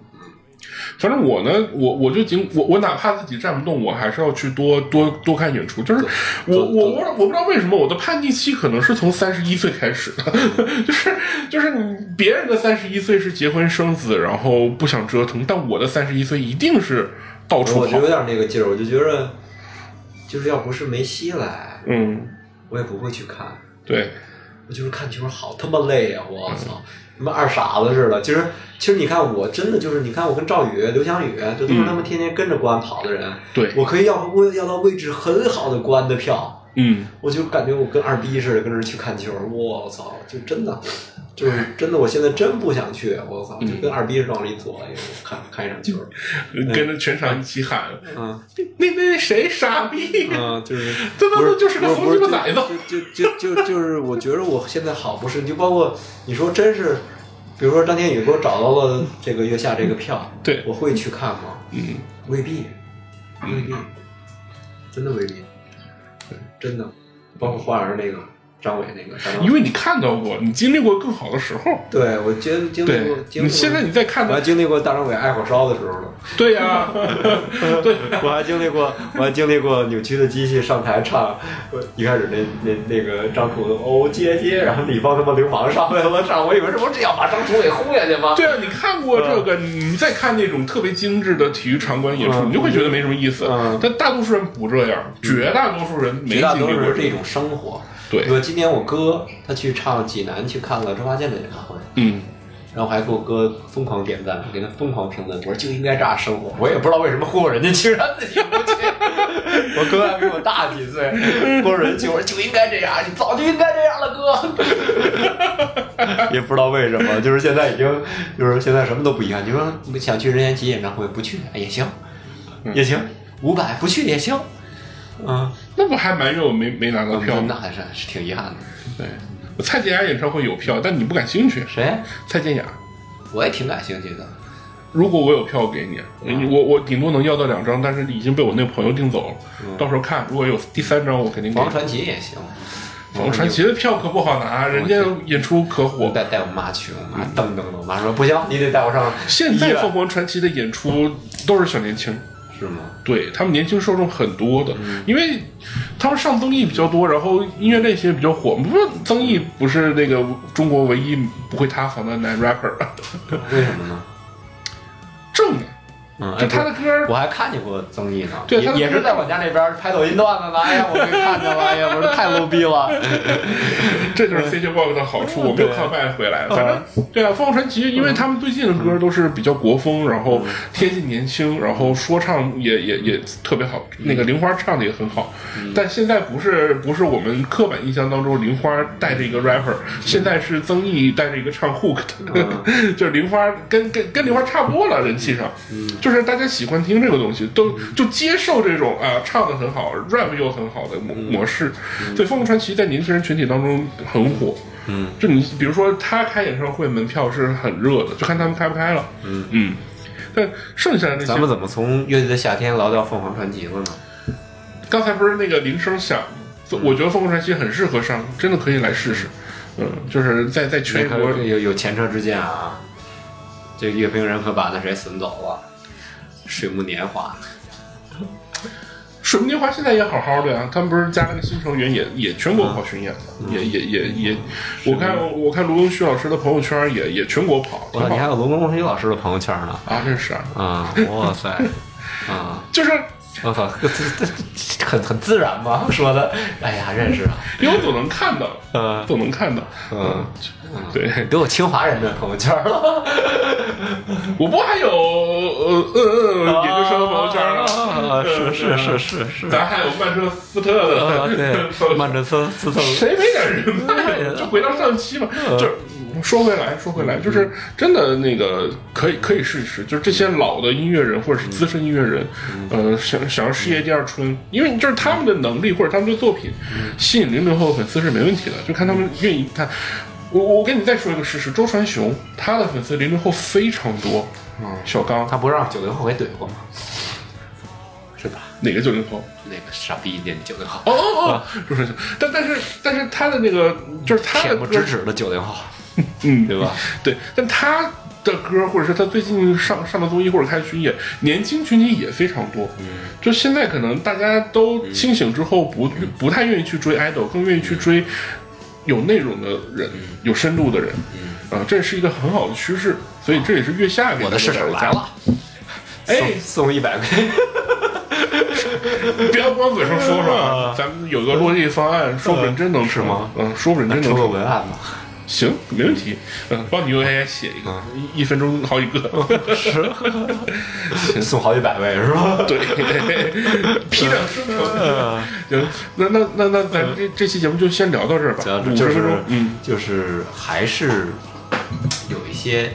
[SPEAKER 3] 反正我呢，我我就尽我我哪怕自己站不动，我还是要去多多多看演出。就是我
[SPEAKER 4] 多
[SPEAKER 3] 我我我不知道为什么我的叛逆期可能是从三十一岁开始的， 就是就是你别人的三十一岁是结婚生子，然后不想折腾，但我的三十一岁一定是到处
[SPEAKER 4] 我就
[SPEAKER 3] 跑
[SPEAKER 4] 有。点那个劲儿，我就觉着，就是要不是梅西来，
[SPEAKER 3] 嗯，
[SPEAKER 4] 我也不会去看。
[SPEAKER 3] 对，
[SPEAKER 4] 我就是看球好他妈累啊！我操，他妈二傻子似的。其实，其实你看，我真的就是，你看我跟赵宇、刘翔宇，这都是他妈天天跟着国安跑的人。
[SPEAKER 3] 对
[SPEAKER 4] 我可以要我要到位置很好的国安的票，
[SPEAKER 3] 嗯，
[SPEAKER 4] 我就感觉我跟二逼似的，跟着去看球，我操，就真的，就是真的，我现在真不想去，我操，就跟二逼似的往里坐，哎呦看看一场球，
[SPEAKER 3] 跟着全场一起喊，
[SPEAKER 4] 嗯
[SPEAKER 3] 那那那谁傻逼？
[SPEAKER 4] 嗯，就是
[SPEAKER 3] 这他
[SPEAKER 4] 不
[SPEAKER 3] 妈
[SPEAKER 4] 是
[SPEAKER 3] 就是个
[SPEAKER 4] 不
[SPEAKER 3] 怂
[SPEAKER 4] 是
[SPEAKER 3] 鸡巴崽子！
[SPEAKER 4] 就就就就就是我觉得我现在好不是，你就包括你说真是，比如说张天宇给我找到了这个月下这个票，
[SPEAKER 3] 对
[SPEAKER 4] 我会去看吗？
[SPEAKER 3] 嗯，
[SPEAKER 4] 未必，未必，真的未必，真的，包括花儿那个。张伟那个张张
[SPEAKER 3] 因为你看到过，你经历过更好的时候。
[SPEAKER 4] 对我经经历过
[SPEAKER 3] 对，，
[SPEAKER 4] 嗯经历
[SPEAKER 3] 你
[SPEAKER 4] 过
[SPEAKER 3] 现在你再看
[SPEAKER 4] 我还
[SPEAKER 3] 到，
[SPEAKER 4] 经历过大张伟爱火烧的时候呢，
[SPEAKER 3] 对呀、 对，
[SPEAKER 4] 我还经历过，我还经历过扭曲的机器上台唱，我一开始那那那个张楚的哦接接，然后李芳他妈流氓上来了唱，我以为是我只要把张楚给轰下去吗？
[SPEAKER 3] 对啊，你看过这个，你再看那种特别精致的体育场馆演出，
[SPEAKER 4] 嗯
[SPEAKER 3] 你就会觉得没什么意思
[SPEAKER 4] 嗯。
[SPEAKER 3] 但大多数人不这样，绝大多数人 没
[SPEAKER 4] 绝大
[SPEAKER 3] 经
[SPEAKER 4] 多
[SPEAKER 3] 历
[SPEAKER 4] 数
[SPEAKER 3] 过
[SPEAKER 4] 是这。种生活。
[SPEAKER 3] 对
[SPEAKER 4] 我今年我哥他去唱济南去看了周华健的演唱会，
[SPEAKER 3] 嗯，
[SPEAKER 4] 然后还给我哥疯狂点赞，给他疯狂评论，我说就应该这样生活。我也不知道为什么忽悠人家去，让自己不去。 我哥还比我大几岁，忽悠人去，我说就应该这样，你早就应该这样了，哥。 也不知道为什么，就是现在已经，就是现在什么都不一样。你说你想去任贤齐演唱会不去哎也行，也行，伍佰不去也行，嗯，
[SPEAKER 3] 那不还埋怨我没没拿到票
[SPEAKER 4] 那
[SPEAKER 3] 吗？
[SPEAKER 4] 还是是挺遗憾的。
[SPEAKER 3] 对，我蔡健雅演唱会有票，但你不感兴趣。
[SPEAKER 4] 谁？
[SPEAKER 3] 蔡健雅，
[SPEAKER 4] 我也挺感兴趣的。
[SPEAKER 3] 如果我有票，我给你，我我顶多能要到两张，但是已经被我那个朋友订走了。
[SPEAKER 4] 嗯
[SPEAKER 3] 到时候看，如果有第三张，我肯定给你。
[SPEAKER 4] 王传奇也行，
[SPEAKER 3] 王传奇的票可不好拿，人家演出可火
[SPEAKER 4] 我。带带我妈去，我妈噔噔噔，我妈说不行，你得带我上
[SPEAKER 3] 现
[SPEAKER 4] 医
[SPEAKER 3] 在
[SPEAKER 4] 院
[SPEAKER 3] 凤凰传奇的演出都是小年轻，
[SPEAKER 4] 是吗？
[SPEAKER 3] 对他们年轻受众很多的，因为他们上综艺比较多，然后音乐类型也比较火。不是曾毅不是那个中国唯一不会塌房的男 rapper，
[SPEAKER 4] 为什么呢？
[SPEAKER 3] 正啊，
[SPEAKER 4] 嗯，
[SPEAKER 3] 就他的歌儿
[SPEAKER 4] 我还看见过综艺呢，
[SPEAKER 3] 对
[SPEAKER 4] 也
[SPEAKER 3] 他的
[SPEAKER 4] 也是在我家那边拍抖音段子呢。哎呀，我被看见了，哎呀，我说太 low 逼了。
[SPEAKER 3] 这就是 CJ Walk 的好处，我没有靠麦回来。反正对啊，凤凰传奇，因为他们最近的歌都是比较国风，然后贴近年轻，然后说唱也也也特别好，那个玲花唱的也很好。但现在不是不是我们刻板印象当中玲花带着一个 rapper，现在是曾毅带着一个唱 hook 的， 就是玲花跟跟跟玲花差不多了，人气上，就是大家喜欢听这个东西，都就接受这种啊唱的很好，rap 又很好的模模式。所以凤凰传奇在年轻人群体当中很火。嗯，就你比如说他开演唱会，门票是很热的，就看他们开不开了。嗯嗯，但剩下的那些
[SPEAKER 4] 咱们怎么从乐队的夏天聊到凤凰传奇了呢？
[SPEAKER 3] 刚才不是那个铃声响，我觉得凤凰传奇很适合上，真的可以来试试。嗯，就是在在全
[SPEAKER 4] 可
[SPEAKER 3] 国，
[SPEAKER 4] 有有前车之鉴啊！这乐评人可把那谁损走了，水木年华。
[SPEAKER 3] 水木年华现在也好好的啊呀，他们不是加了个新成员，也也全国跑巡演了，也
[SPEAKER 4] 嗯
[SPEAKER 3] 也也也，我看我看卢庚戌老师的朋友圈也也全国跑，挺
[SPEAKER 4] 哇，你还
[SPEAKER 3] 好
[SPEAKER 4] 有罗文红老师的朋友圈呢？
[SPEAKER 3] 啊，真是啊，
[SPEAKER 4] 啊，哇塞，啊。
[SPEAKER 3] 就是
[SPEAKER 4] 我操，这这这很很自然嘛，说的，哎呀，认识啊，
[SPEAKER 3] 因为我总能看到，
[SPEAKER 4] 嗯
[SPEAKER 3] 总能看到，
[SPEAKER 4] 嗯，
[SPEAKER 3] 对，
[SPEAKER 4] 都有清华人的朋友圈了，
[SPEAKER 3] 我不还有呃呃呃研究生的朋友圈呢，
[SPEAKER 4] 啊，是是是是是，
[SPEAKER 3] 咱还有曼彻斯特 的
[SPEAKER 4] 啊，
[SPEAKER 3] 朋
[SPEAKER 4] 对，
[SPEAKER 3] 友圈
[SPEAKER 4] 曼彻斯斯 特，
[SPEAKER 3] 谁没点人脉嗯呀？ 就回到上期嘛，就是说回来，说回来，就是真的那个可以可以试一试，就是这些老的音乐人或者是资深音乐人，呃，想想要事业第二春，因为就是他们的能力或者他们的作品吸引零零后粉丝是没问题的，就看他们愿意看。我我跟你再说一个事实，周传雄他的粉丝零零后非常多，小刚
[SPEAKER 4] 他不让九零后给怼过吗？是吧？
[SPEAKER 3] 哪个九零后？
[SPEAKER 4] 那个傻逼那九零后，
[SPEAKER 3] 哦哦哦，周传雄，但但是但是他的那个就是他的
[SPEAKER 4] 恬不知
[SPEAKER 3] 歌，
[SPEAKER 4] 耻的九零后，
[SPEAKER 3] 嗯，
[SPEAKER 4] 对吧？
[SPEAKER 3] 对，但他的歌，或者是他最近上上的综艺或者开巡演，年轻群体也非常多。
[SPEAKER 4] 嗯
[SPEAKER 3] 就现在可能大家都清醒之后不，不、太愿意去追 idol，更愿意
[SPEAKER 4] 嗯
[SPEAKER 3] 去追有内容的人，有深度的人。啊，这是一个很好的趋势，所以这也是月下给
[SPEAKER 4] 嗯我的市
[SPEAKER 3] 市
[SPEAKER 4] 场
[SPEAKER 3] 场
[SPEAKER 4] 来 了，
[SPEAKER 3] 哎，
[SPEAKER 4] 送一百块，
[SPEAKER 3] 不要光嘴上说说啊，咱们有个落地方案，说不准真能吃吗？嗯，说不准真能
[SPEAKER 4] 出
[SPEAKER 3] 吃
[SPEAKER 4] 个。文案 吧，
[SPEAKER 3] 行，没问题。嗯，帮你用 AI 写一个，
[SPEAKER 4] 嗯
[SPEAKER 3] 一一分钟好几个。
[SPEAKER 4] 送好几百位是 吧？
[SPEAKER 3] 对，批量生成。
[SPEAKER 4] 嗯
[SPEAKER 3] 行，那那那那咱这这期节目就先聊到这儿吧，五十
[SPEAKER 4] 就
[SPEAKER 3] 分
[SPEAKER 4] 是
[SPEAKER 3] 钟。嗯，
[SPEAKER 4] 就是还是有一些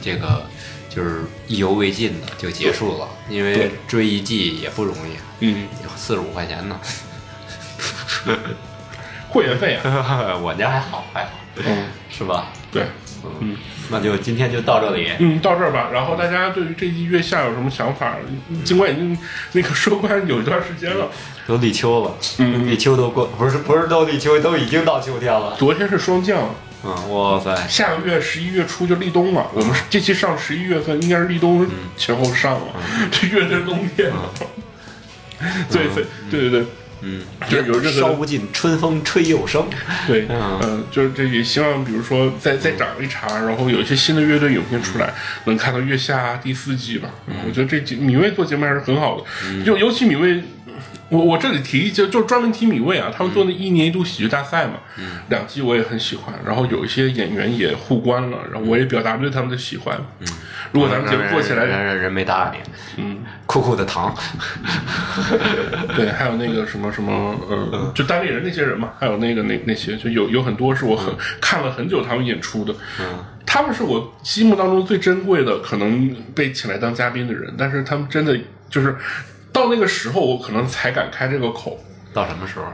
[SPEAKER 4] 这个就是意犹未尽的就结束了，因为
[SPEAKER 3] 对
[SPEAKER 4] 追一季也不容易，
[SPEAKER 3] 嗯，
[SPEAKER 4] 四十五 块钱呢，
[SPEAKER 3] 会员费啊，啊
[SPEAKER 4] 我家还好还好，
[SPEAKER 3] 嗯，
[SPEAKER 4] 是吧？
[SPEAKER 3] 对，
[SPEAKER 4] 嗯，那就今天就到这里。
[SPEAKER 3] 嗯，到这儿吧。然后大家对于这季月下有什么想法？嗯尽管已经那个收官有一段时间了，
[SPEAKER 4] 都立秋了，
[SPEAKER 3] 嗯
[SPEAKER 4] 立秋都过，不是不是都立秋，都已经到秋天了。
[SPEAKER 3] 昨天是霜降，
[SPEAKER 4] 嗯，哇塞，
[SPEAKER 3] 下个月十一月初就立冬了。我们是这期上十一月份，应该是立
[SPEAKER 4] 嗯
[SPEAKER 3] 冬前后上了，这越是冬天了。对对对对对，
[SPEAKER 4] 嗯，
[SPEAKER 3] 就是有任
[SPEAKER 4] 烧
[SPEAKER 3] 何
[SPEAKER 4] 不尽春风吹又生。
[SPEAKER 3] 对，
[SPEAKER 4] 嗯
[SPEAKER 3] 嗯，就是这也希望，比如说再再长一茬，然后有一些新的乐队涌现出来，能看到月下啊第四季吧。我觉得这几米未做节目还是很好的，就尤其米未。我我这里提就就专门提米未啊，他们做那一年一度喜剧大赛嘛，两季我也很喜欢，然后有一些演员也互关了，然后我也表达对他们的喜欢。如果咱们节目做起
[SPEAKER 4] 人
[SPEAKER 3] 来，
[SPEAKER 4] 人人没搭理你。嗯， 酷酷 的糖，
[SPEAKER 3] 对，还有那个什么什么呃，就单立人那些人嘛，还有那个那那些，就有有很多是我很看了很久他们演出的，他们是我心目当中最珍贵的，可能被请来当嘉宾的人，但是他们真的就是到那个时候，我可能才敢开这个口。
[SPEAKER 4] 到什么时候？啊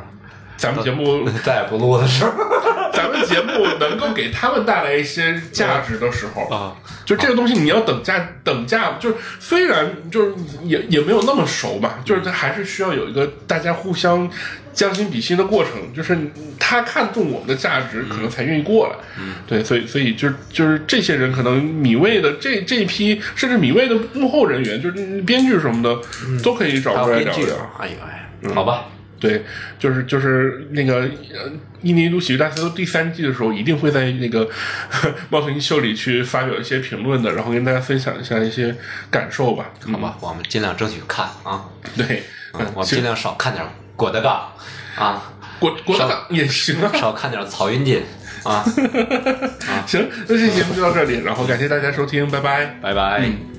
[SPEAKER 3] 咱们节目，
[SPEAKER 4] 再也不录的时候
[SPEAKER 3] 咱们节目能够给他们带来一些价值的时候，
[SPEAKER 4] 啊，
[SPEAKER 3] 就这个东西你要等价，等价就是虽然就是也也没有那么熟吧，就是它还是需要有一个大家互相将心比心的过程，就是他看中我们的价值，可能才愿意过来。
[SPEAKER 4] 嗯
[SPEAKER 3] 对，所以所以就是就是这些人，可能米未的这这一批，甚至米未的幕后人员，就是编剧什么的，都可以找
[SPEAKER 4] 嗯还
[SPEAKER 3] 出
[SPEAKER 4] 有
[SPEAKER 3] 来
[SPEAKER 4] 编
[SPEAKER 3] 聊一
[SPEAKER 4] 剧
[SPEAKER 3] 聊。
[SPEAKER 4] 啊，哎呦
[SPEAKER 3] 嗯
[SPEAKER 4] 喂，好吧，
[SPEAKER 3] 对，就是就是那个呃一年一度喜剧大赛第三季的时候，一定会在那个 呵猫头鹰秀里去发表一些评论的，然后跟大家分享一下一些感受吧。
[SPEAKER 4] 好吧，我们尽量争取看啊，
[SPEAKER 3] 对，
[SPEAKER 4] 嗯，我们
[SPEAKER 3] 其
[SPEAKER 4] 尽
[SPEAKER 3] 实
[SPEAKER 4] 量少看点郭 德纲啊，
[SPEAKER 3] 国国
[SPEAKER 4] 少
[SPEAKER 3] 党也行啊。
[SPEAKER 4] 少看点曹云金啊，
[SPEAKER 3] 行，那这期节目就到这里，然后感谢大家收听，拜拜。
[SPEAKER 4] 拜拜。
[SPEAKER 3] 嗯